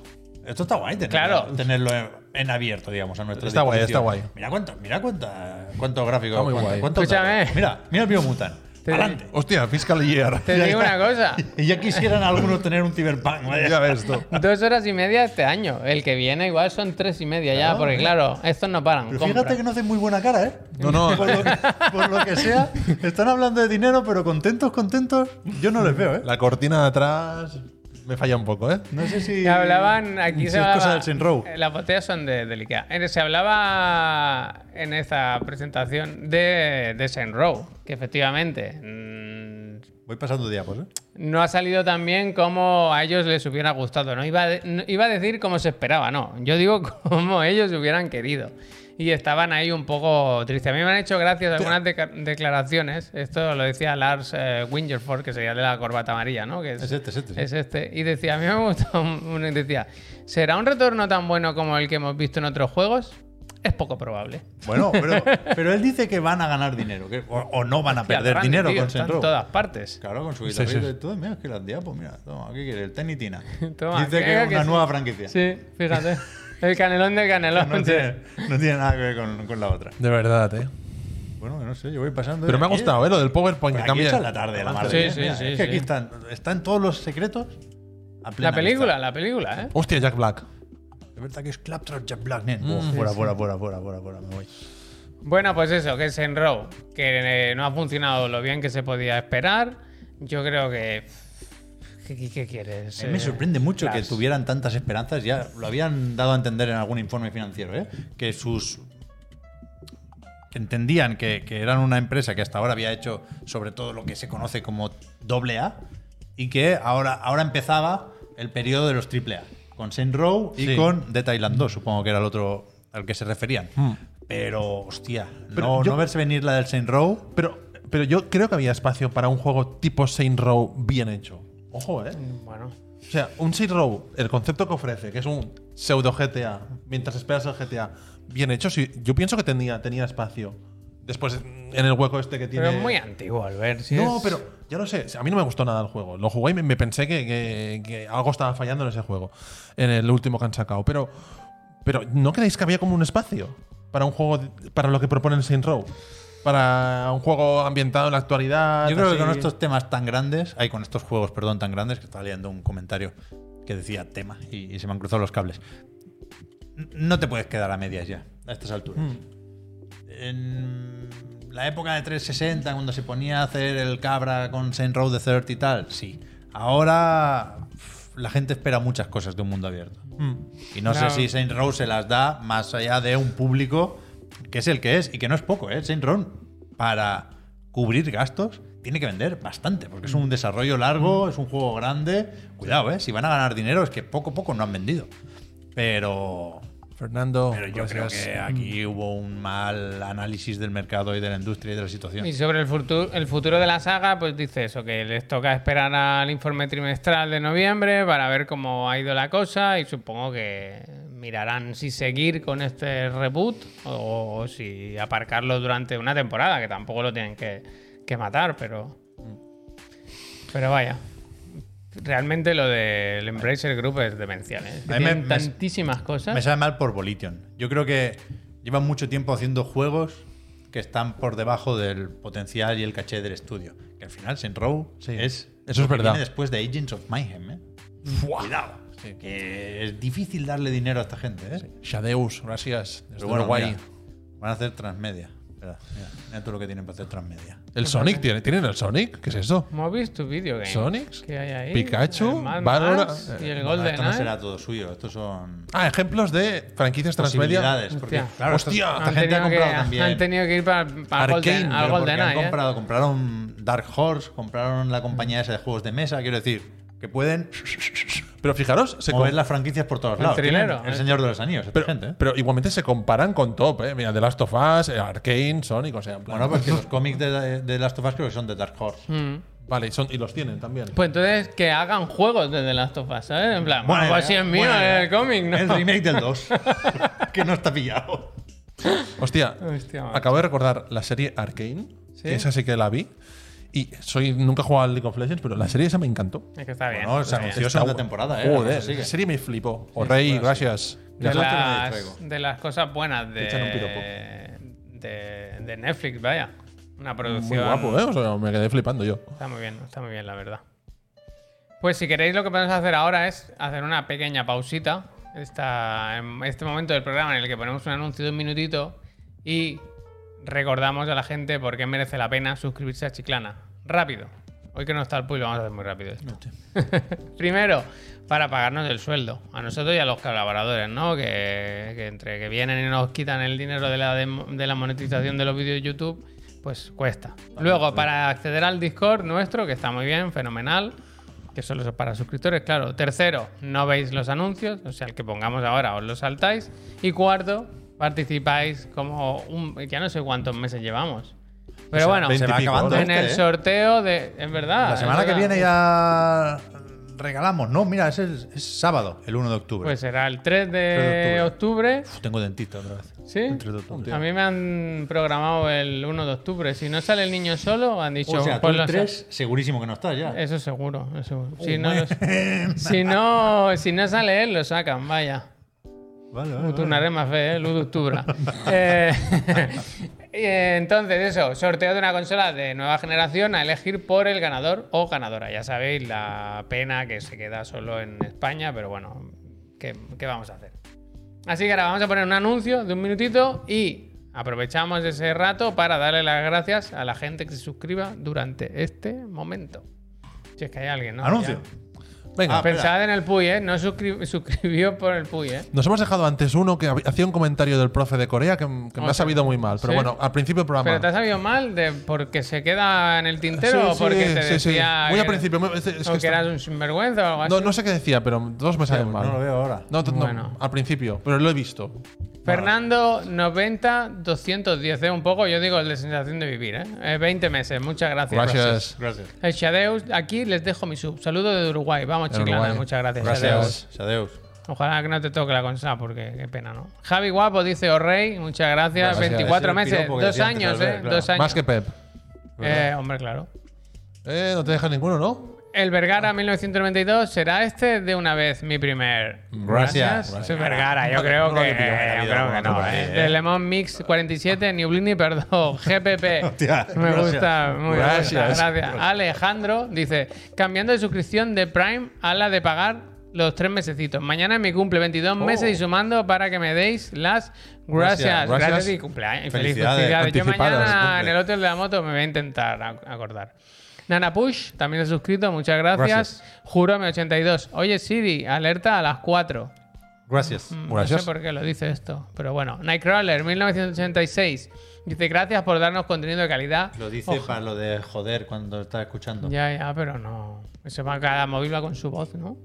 C: Esto está guay tenerlo,
B: Claro.
C: tenerlo en, en abierto, digamos, a nuestra
A: Está guay,
C: disposición.
A: está guay.
C: Mira cuánto, mira cuánta, cuánto gráfico.
A: Está muy
C: cuánto-
A: guay.
C: cuánto
B: Escúchame.
C: datos. Mira, mira el Biomutant.
B: Te-
C: Adelante.
A: Hostia, Fiscal Year.
B: Te digo una cosa.
C: Y ya quisieran algunos tener un Cyberpunk. vaya.
A: ya ves tú.
B: Dos horas y media este año. El que viene igual son tres y media ya, porque claro, estos no paran.
C: eh. Pero
B: compran.
C: fíjate que no hacen muy buena cara, ¿eh?
A: No, no.
C: Por lo, que, por lo que sea, están hablando de dinero, pero contentos, contentos, yo no les veo, ¿eh?
A: La cortina de atrás me falla un poco, ¿eh?
C: No sé si.
B: Se hablaban, aquí
C: si es
B: se hablaba-
C: cosa del Sinrow.
B: eh, Las botellas son de, del Ikea. Eh, Se hablaba en esta presentación de, de Senrow, que efectivamente mm,
C: Voy pasando diapos, ¿eh?
B: no ha salido tan bien como a ellos les hubiera gustado. No iba, a de- no- iba a decir como se esperaba, no. Yo digo como ellos hubieran querido. Y estaban ahí un poco tristes. A mí me han hecho gracias algunas deca- declaraciones. Esto lo decía Lars eh, Wingerford, que sería de la corbata amarilla, ¿no? Que es,
C: Es este, es este, sí.
B: es este. Y decía, a mí me gustó uno y decía, ¿será un retorno tan bueno como el que hemos visto en otros juegos? Es poco probable.
C: Bueno, pero, pero él dice que van a ganar dinero, que- o, o no van a perder
B: Randy,
C: dinero
B: tío,
C: con
B: está en
C: Senro.
B: todas partes.
C: Claro, con su
A: Sí,
C: guitarrita
A: sí.
C: y todo. Mira, es que las diapos, mira, toma, ¿qué quiere? El Tenitina.
B: Toma,
C: dice que
B: creo
C: es
B: que
C: una
B: sí.
C: nueva franquicia.
B: Sí, fíjate. El canelón del canelón.
C: No tiene, no tiene nada que ver con, con la otra.
A: De verdad, ¿eh?
C: Bueno, no sé, yo voy pasando.
A: Pero me ha
C: Aquí-
A: gustado, ¿eh? Lo del PowerPoint que
C: Aquí
A: cambia.
C: echa la tarde, la madre.
B: Sí,
C: mía.
B: sí,
C: Mira,
B: sí,
C: Es que
B: sí.
C: aquí están, están todos los secretos. a plena
B: La película,
C: vista.
B: la película, ¿eh?
A: Hostia, Jack Black.
C: De verdad que es Claptrap Jack Black, nen.
B: Mm,
C: Buah, fuera, fuera, fuera, fuera, fuera, fuera, me voy.
B: Bueno, pues eso, que es en Row, que eh, no ha funcionado lo bien que se podía esperar. Yo creo que. ¿Qué, qué- qué quieres?
C: A mí me
B: Eh,
C: sorprende mucho que
B: las-
C: tuvieran tantas esperanzas. Ya lo habían dado a entender en algún informe financiero, ¿eh? Que sus. que entendían que, que eran una empresa que hasta ahora había hecho sobre todo lo que se conoce como doble A y que ahora, ahora empezaba el periodo de los triple A. Con Senrow y
A: Sí.
C: con The Thailand 2, supongo que era el otro al que se referían. Pero, hostia, no,
A: yo-
C: no verse venir la del Senrow.
A: Pero, pero yo creo que había espacio para un juego tipo Saint Row bien hecho. Ojo, ¿eh?
B: Bueno,
A: O sea, un Saint Row, el concepto que ofrece, que es un pseudo GTA, mientras esperas el GTA, bien hecho, sí, yo pienso que tenía, tenía espacio. Después, en el hueco este que tiene.
B: pero es muy antiguo, Albert. Si
A: No,
B: es-
A: pero ya lo sé. A mí no me gustó nada el juego. Lo jugué y me, me pensé que, que- que algo estaba fallando en ese juego, en el último que han sacado. Pero, pero ¿no creéis que había como un espacio para un juego, de- para lo que propone el Saint Row? Para un juego ambientado en la actualidad.
C: Yo creo que
A: así.
C: con estos temas tan grandes, hay con estos juegos, perdón, tan grandes, que estaba leyendo un comentario que decía tema y, y se me han cruzado los cables. N- No te puedes quedar a medias ya, a estas alturas. En la época de 360, cuando se ponía a hacer el cabra con Saint Row the Third y tal, sí. Ahora pf, la gente espera muchas cosas de un mundo abierto. Y no, sé
B: No.
C: si Saint Row se las da más allá de un público que es el que es y que no es poco, ¿eh? Saint Row para cubrir gastos tiene que vender bastante porque es un desarrollo largo, es un juego grande. Cuidado, ¿eh? Si van a ganar dinero es que poco a poco no han vendido. Pero
A: Fernando.
C: pero yo creo
A: gracias.
C: pues que aquí hubo un mal análisis del mercado y de la industria y de la situación.
B: Y sobre el futuro, el futuro de la saga, pues dice eso, que les toca esperar al informe trimestral de noviembre para ver cómo ha ido la cosa y supongo que mirarán si seguir con este reboot o, o si aparcarlo durante una temporada, que tampoco lo tienen que, que matar, pero... Pero vaya. Realmente lo del Embracer Group es demencial. ¿eh?
C: A mí me-
B: Tienen
C: me-
B: tantísimas
C: Me
B: cosas.
C: sabe mal por Volition. Yo creo que llevan mucho tiempo haciendo juegos que están por debajo del potencial y el caché del estudio. Que al final, Saint Row
A: Sí,
C: es.
A: eso
C: lo
A: es
C: que
A: verdad.
C: Viene después de Agents of Mayhem, ¿eh? Cuidado. Que es difícil darle dinero a esta gente, ¿eh?
A: Shadeus, gracias. Desde
C: Pero bueno,
A: Uruguay.
C: mira, van a hacer transmedia. Mira, mira todo lo que tienen para hacer transmedia.
A: El Sonic, ¿tiene- ¿tienen el Sonic? ¿Qué es eso?
B: Movies to video games.
A: Sonics,
B: ¿Qué hay ahí?
A: Pikachu,
B: El Mad
A: Valora-
B: Max y el
C: No,
B: Golden
C: Eh, esto no será todo suyo, estos son
A: Ah, ejemplos de franquicias transmedia.
C: posibilidades. Porque,
B: Hostia.
C: claro, estos-
A: Hostia.
C: esta
B: han,
C: gente ha
B: tenido que,
C: comprado
B: han
C: también.
B: tenido que ir para, para
A: Arcane,
B: Golden, al
C: Pero porque
B: Golden
C: han
B: Eye, ¿eh?
C: comprado, compraron Dark Horse, compraron la compañía esa de juegos de mesa, quiero decir, que pueden
A: Pero fijaros, se
C: mover
A: com-
C: las franquicias por todos
B: El
C: lados. Tienen
B: trilero,
C: el
B: eh.
C: señor de los anillos, esta
A: pero,
C: gente. ¿eh?
A: pero igualmente se comparan con top, ¿eh? Mira, The Last of Us, eh, Arcane, Sonic, o sea, en plan-
C: Bueno, pues que los cómics de, de Last of Us creo que son de Dark Horse.
B: Mm.
A: Vale, y, son, y los tienen también.
B: Pues entonces que hagan juegos de The Last of Us, ¿sabes? En plan,
C: Buena
B: bueno, pues
C: idea,
B: si es mío
C: buena idea.
B: el cómic, ¿no?
C: El remake del 2, que no está pillado.
A: Hostia,
B: Hostia, macho.
A: acabo de recordar la serie Arcane,
B: ¿Sí?
A: que esa sí que la vi. Y soy, nunca he jugado al League of Legends, pero la serie esa me encantó.
B: Es que está bien.
C: Bueno, se anunció
A: Está
C: segunda
A: gu-
C: temporada, ¿eh?
A: Joder,
C: Así que-
A: la serie me flipó. Rey, gracias.
B: de,
C: Yo la
B: las,
C: otra me distraigo.
B: de las cosas buenas de,
A: Echan un piropo.
B: de, de Netflix, vaya. Una
A: Muy
B: producción.
A: guapo, ¿eh? O sea, me quedé flipando yo.
B: Está muy bien, está muy bien, la verdad. Pues si queréis, lo que podemos hacer ahora es hacer una pequeña pausita. Esta, en este momento del programa en el que ponemos un anuncio de un minutito y recordamos a la gente por qué merece la pena suscribirse a Chiclana. Rápido. Hoy que no está el Puy, lo vamos a hacer muy rápido esto. Primero, para pagarnos el sueldo. A nosotros y a los colaboradores, ¿no? Que, que entre que vienen y nos quitan el dinero de la, demo- de la monetización de los vídeos de YouTube, pues cuesta. Luego, para acceder al Discord nuestro, que está muy bien, fenomenal. Que solo es para suscriptores, claro. Tercero, no veis los anuncios, o sea, el que pongamos ahora os lo saltáis. Y cuarto, participáis como un. ya no sé cuántos meses llevamos. Pero bueno,
C: se va
A: 20 y pico,
C: acabando
A: ¿no?
B: en el
C: este, ¿eh?
B: sorteo de. Es verdad.
C: La semana
B: Ah, es
C: que
B: verdad.
C: viene ya regalamos, ¿no? Mira, es, el, es sábado, el 1 de octubre.
B: Pues será el 3 de,
C: de
B: octubre.
C: Uf, tengo dentista otra vez.
B: ¿Sí?
C: El 3 de octubre.
B: A mí me han programado el 1 de octubre. Si no sale el niño solo, han dicho.
C: O sea, tú el
B: ponlo a-
C: 3, segurísimo que no estás ya.
B: Eso seguro. eso seguro. Si, no los- si, no, si no sale él, lo sacan, vaya.
C: Vale, vale,
B: Ho
C: vale.
B: tornarem a fer, eh? l'1 d'octubre. eh, y, eh, entonces, eso, sorteo de una consola de nueva generación a elegir por el ganador o ganadora. Ya sabéis la pena que se queda solo en España, pero bueno, ¿qué, qué vamos a hacer? Así que ahora vamos a poner un anuncio de un minutito y aprovechamos ese rato para darle las gracias a la gente que se suscriba durante este momento. Si es que hay alguien, ¿no?
C: Anuncio.
B: Ya.
A: Venga,
C: Ah, pero-
B: Pensad en el Puy, ¿eh? No suscri- suscribió por el Puy, ¿eh?
A: nos hemos dejado antes uno que hab- hacía un comentario del profe de Corea que, m- que me
B: O
A: ha
B: sea,
A: sabido muy mal. Pero
B: ¿sí?
A: bueno, al principio del
B: ¿Pero te ha
A: programa.
B: sabido mal de porque se queda en el
A: Sí,
B: tintero o
A: sí,
B: porque te
A: sí, sí.
B: decía
A: Muy al
B: que-
A: principio. me- es- es
B: o
A: que
B: que,
A: está-
B: eras un sinvergüenza o algo
A: no,
B: así?
A: no sé qué decía, pero dos me salen mal.
C: pues, No lo veo ahora.
A: No, t- no,
B: Bueno.
A: al principio, pero lo he visto.
B: Fernando 90 210 ¿eh? un poco, yo digo el de sensación de vivir, ¿eh? Eh, 20 meses, muchas gracias.
A: Gracias.
C: Gracias.
B: El Shadeus, aquí les dejo mi sub. Saludo de Uruguay. Vamos,
A: De
B: chiclana.
A: Uruguay.
B: Muchas gracias,
A: Gracias.
B: Shadeus.
C: Adiós. Adiós.
B: Ojalá que no te toque la consola, porque qué pena, ¿no? Javi Guapo dice, oh rey, muchas gracias.
A: Gracias.
B: 24
C: Ese es el
B: meses,
C: piropo que
B: dos
C: decía antes,
B: años, ¿eh?
C: Albert, claro.
B: Dos años.
A: Más que Pep.
B: Eh, hombre, claro.
A: Eh, no te dejas ninguno, ¿no?
B: El
C: Ah.
B: Vergara 1992 será este de una vez mi primer.
C: Gracias.
B: Ese Vergara, yo creo
C: no lo
B: que,
C: había pillado, me había
B: yo
C: olvidado
B: creo que
C: por
B: no.
C: ahí,
B: ¿eh?
C: eh.
B: De Lemon Mix 47, New Blini, perdón, GPP.
C: Hostia,
B: me
C: gracias.
B: gusta, muy bien,
A: Gracias.
B: gracias. Alejandro dice, cambiando de suscripción de Prime a la de pagar los tres mesecitos. Mañana me cumple 22 meses y sumando para que me deis las gracias.
C: Oh.
B: Gracias,
C: Gracias.
A: Gracias.
B: y cumpleaños. y feliz
C: Felicidades,
B: felicidades. Yo
A: anticipadas,
B: mañana en
C: cumple.
B: el hotel de la moto me voy a intentar ac- acordar. Nana Push, también se ha suscrito, muchas gracias. Jurome82. Oye Siri, alerta a las 4.
C: Gracias.
A: Gracias.
B: No sé por qué lo dice esto, pero bueno. Nightcrawler, 1986. Dice, gracias por darnos contenido de calidad.
C: Lo dice
B: Oja-
C: para lo de joder cuando está escuchando.
B: Ya, ya, pero no. Eso va cada móvil va con su voz, ¿no?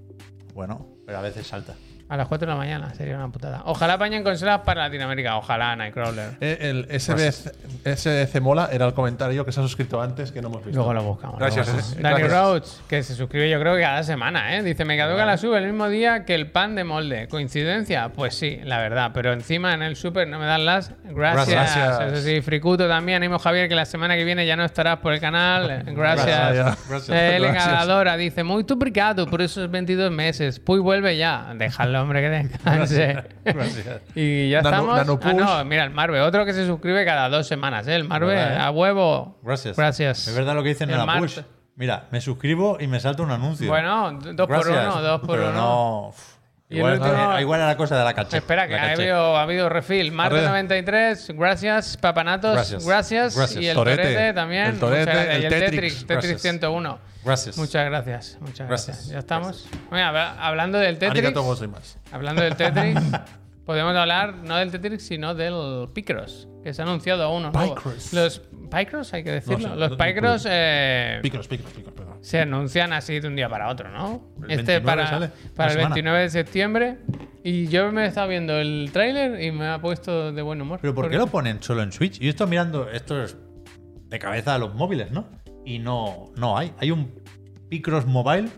C: Bueno, pero a veces salta.
B: A las 4 de la mañana, sería una putada. Ojalá apañen consolas para Latinoamérica, ojalá, Nightcrawler.
A: Eh, El SBC, SBC Mola era el comentario que se ha suscrito antes que no hemos visto.
B: Luego lo buscamos.
A: Gracias,
B: luego lo buscamos.
A: eh,
B: Dani
A: gracias.
B: Rhodes, que se suscribe yo creo que cada semana, ¿eh? Dice, me caduca la sub el mismo día que el pan de molde. ¿Coincidencia? Pues sí, la verdad. Pero encima en el super no me dan las gracias.
A: Gracias.
B: Eso sí, Fricuto también. Animo Javier que la semana que viene ya no estarás por el canal. Gracias.
A: Gracias.
C: Gracias.
B: Eh, L.
A: Gracias.
B: Cadadora dice, muy duplicado por esos 22 meses. Puy, vuelve ya. Déjalo, hombre, que descanse.
C: Gracias.
B: Y ya
A: Nano-
B: estamos.
A: Nano
B: ah,
A: Push.
B: no, mira, el Marve, otro que se suscribe cada dos semanas, ¿eh? El Marve,
C: ¿Verdad, eh?
B: a huevo.
C: Gracias.
B: Gracias.
C: Es verdad lo que dicen
B: El
C: en la
B: Mart-
C: push. Mira, me suscribo y me salta un anuncio.
B: Bueno, d- dos por
C: Gracias.
B: uno, dos por
C: Pero
B: uno.
C: no. uf,
B: Y el
C: Igual,
B: último-
C: eh, igual era la cosa de la caché.
B: Espera, que
C: la
B: ha
C: caché.
B: habido, ha habido refill. Marte
A: Arriba.
B: 93, gracias. Papanatos, gracias.
C: Gracias. Gracias.
B: Y el Torete,
A: Torete.
B: también.
A: El Torete,
B: Muchas gracias.
A: el
B: y el
A: Tetrix,
B: Tetrix, Tetrix
C: gracias.
B: 101.
C: Gracias.
B: Muchas gracias, muchas gracias.
C: Gracias.
B: Ya estamos. Mira, habla- hablando del Tetris,
A: Arigato gozaimasu.
B: hablando del Tetris, podemos hablar no del Tetris, sino del Picross, que se ha anunciado uno. nuevo.
A: Picross.
B: Los Picross, hay que decirlo.
A: sé,
B: Los
A: no-
B: Picross eh,
A: Picros, picros, picros, perdón.
B: se anuncian así de un día para otro, ¿no?
C: El
B: este
C: 29
B: para,
C: sale,
B: para
C: una
B: el
C: semana.
B: 29 de septiembre. Y yo me he estado viendo el tráiler y me ha puesto de buen humor.
C: Pero ¿por qué
B: Porque-
C: lo ponen solo en Switch? Yo estoy mirando, esto es de cabeza a los móviles, ¿no? Y no, no hay. Hay un Picross Mobile,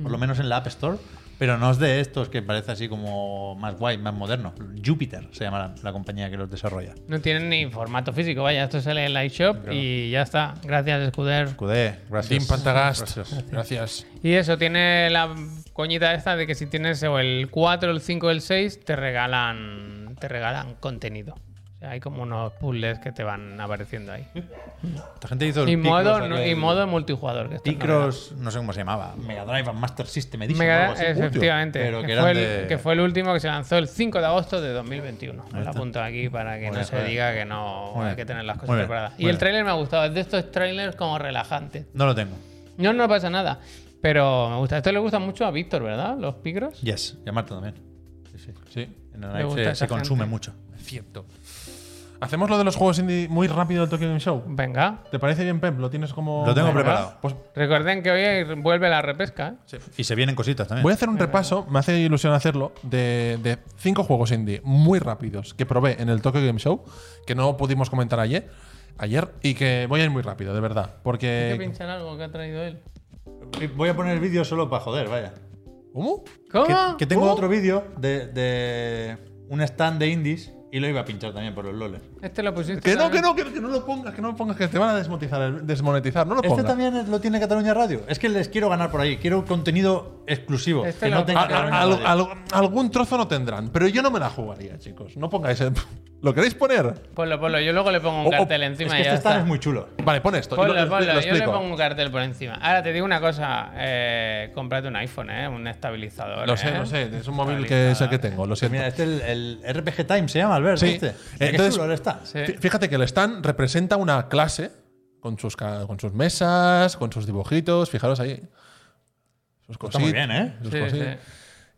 C: por
B: Mm.
C: lo menos en la App Store, pero no es de estos que parece así como más guay, más moderno. Jupiter se llama la, la compañía que los desarrolla.
B: No tienen ni formato físico, vaya. Esto sale en la eShop y ya está. Gracias, Scuder.
C: Cudé,
A: Team
C: gracias.
A: Pantagast.
C: Gracias.
A: Gracias.
B: Y eso, tiene la coñita esta de que si tienes o el 4, el 5, el 6, te regalan, te regalan contenido. O sea, hay como unos puzzles que te van apareciendo ahí.
C: Esta gente hizo el
B: Y modo,
C: Picross aquel-
B: y modo multijugador. Que esto es
C: Picross, no sé cómo se llamaba, Mega Drive and Master System
B: novedad.
C: Edition.
B: Mega-
C: o algo así.
B: efectivamente,
C: Pero
B: que,
C: que
B: fue el,
C: eran de-
B: que fue el último que se lanzó el 5 de agosto de 2021. Me lo apunto aquí para que
C: Muy
B: no
C: bien,
B: se
C: muy bien.
B: diga que no
C: Muy
B: hay
C: bien.
B: que tener las cosas
C: Muy bien,
B: preparadas.
C: muy
B: Y el
C: bien.
B: trailer me ha gustado, es de estos trailers como relajantes.
C: No lo tengo.
B: No, no pasa nada, pero me gusta. Esto le gusta mucho a Víctor, ¿verdad? Los Picross.
C: Yes, y a Marta también. Sí, sí.
A: Sí,
C: En el
B: Me
C: Drive
B: gusta
C: se,
B: esa
C: se consume
B: gente.
C: mucho.
A: cierto. Hacemos lo de los juegos indie muy rápido del Tokyo Game Show.
B: Venga.
A: ¿Te parece bien, Pep? ¿Lo tienes como.?
C: Lo tengo preparado.
A: Pues
B: Recuerden que hoy vuelve la repesca. ¿eh?
C: Y se vienen cositas también.
A: voy a hacer un repaso, me hace ilusión hacerlo, de, de cinco juegos indie muy rápidos que probé en el Tokyo Game Show, que no pudimos comentar ayer. Ayer, y que voy a ir muy rápido, de verdad.
B: Hay que
A: Porque.
B: pinchar algo que ha traído él.
C: Voy a poner el vídeo solo para joder, vaya.
A: ¿Cómo?
B: ¿Cómo?
C: Que, que tengo otro vídeo de, de un stand de indies y lo iba a pinchar también por los loles.
B: Este lo pusiste.
A: Que no, que
B: también.
A: no, que, que no lo pongas, que no lo pongas, que te van a desmonetizar. el- desmonetizar no lo
C: Este
A: pongas.
C: también es- lo tiene Cataluña Radio. Es que les quiero ganar por ahí. Quiero contenido exclusivo.
B: Este
C: que
B: lo-
C: no tenga
B: Ah, ah,
A: A-
C: Cataluña
A: al-
C: Radio.
A: al- algún trozo no tendrán, pero yo no me la jugaría, chicos. No pongáis. el- ¿Lo queréis poner?
B: Ponlo, ponlo. Yo luego le pongo un
A: Oh, oh,
B: cartel
C: es
B: encima
C: que
B: y ya
C: este stand
B: está.
C: es muy chulo.
A: Vale, pon esto. y
B: Ponlo,
A: lo- lo-
B: ponlo.
A: lo
B: Yo le
A: explico.
B: pongo un cartel por encima. Ahora te digo una cosa. Eh, cómprate un iPhone, ¿eh? Un estabilizador.
A: Lo sé,
B: ¿eh?
A: lo sé. Es un móvil que es el que tengo, lo siento.
C: Mira, este es el, el RPG Time se llama, Albert.
A: Sí.
C: Este. Mira qué
A: Entonces-
C: chulo el stand.
B: Sí.
A: Fí- Fíjate que el stand representa una clase con sus, ca- con sus mesas, con sus dibujitos. Fijaros ahí. Sus
C: Está muy
A: cosit-
C: bien, ¿eh?
A: sus
B: Sí,
A: cosit-
B: sí.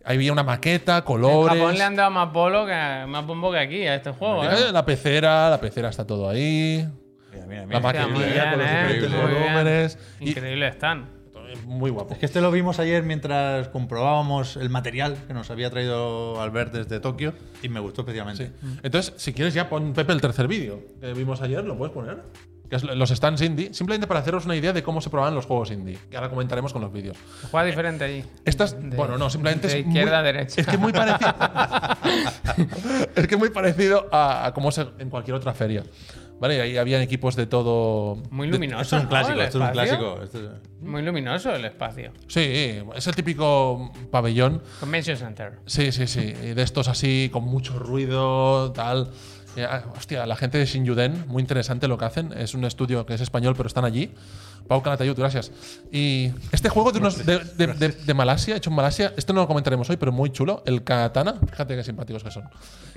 A: Ahí había una maqueta,
B: En
A: colores.
B: Japón le han dado más polo que más bombo que aquí a este juego, ¿eh?
A: Eh, La pecera, la pecera está todo ahí.
C: Mira, mira,
A: La
C: mira.
A: maqueta
B: muy bien,
A: con los
B: ¿eh?
A: diferentes
B: Muy bien.
A: volúmenes. Y-
B: Increíble están.
A: muy guapo.
C: Es que este lo vimos ayer mientras comprobábamos el material que nos había traído Albert desde Tokio y me gustó especialmente.
A: Sí. Entonces, si quieres ya pon Pepe el tercer vídeo que vimos ayer, lo puedes poner. Que es los stands indie, simplemente para haceros una idea de cómo se probaban los juegos indie, que ahora comentaremos con los vídeos.
B: Se juega diferente allí.
A: Estas,
B: De-
A: bueno, no, simplemente
B: de
A: es
B: izquierda a
A: muy-
B: derecha.
A: Es que muy parecido. es que es muy parecido a, a cómo se en cualquier otra feria. Vale, ahí habían equipos de todo.
B: Muy
C: Esto
B: luminoso.
C: es un
B: ¿no?
C: clásico,
B: El
C: esto es un
B: espacio.
C: clásico. esto es-
B: Muy luminoso el espacio.
A: Sí, es el típico pabellón.
B: Convention Center.
A: Sí, sí, sí. y de estos así, con mucho ruido, tal. Eh, ah, hostia, la gente de Shinyuden, muy interesante lo que hacen. Es un estudio que es español, pero están allí. Pau Calatayud, gracias. Y este juego de, unos, de, de- de- de Malasia, hecho en Malasia, esto no lo comentaremos hoy, pero muy chulo. El Katana, fíjate qué simpáticos que son.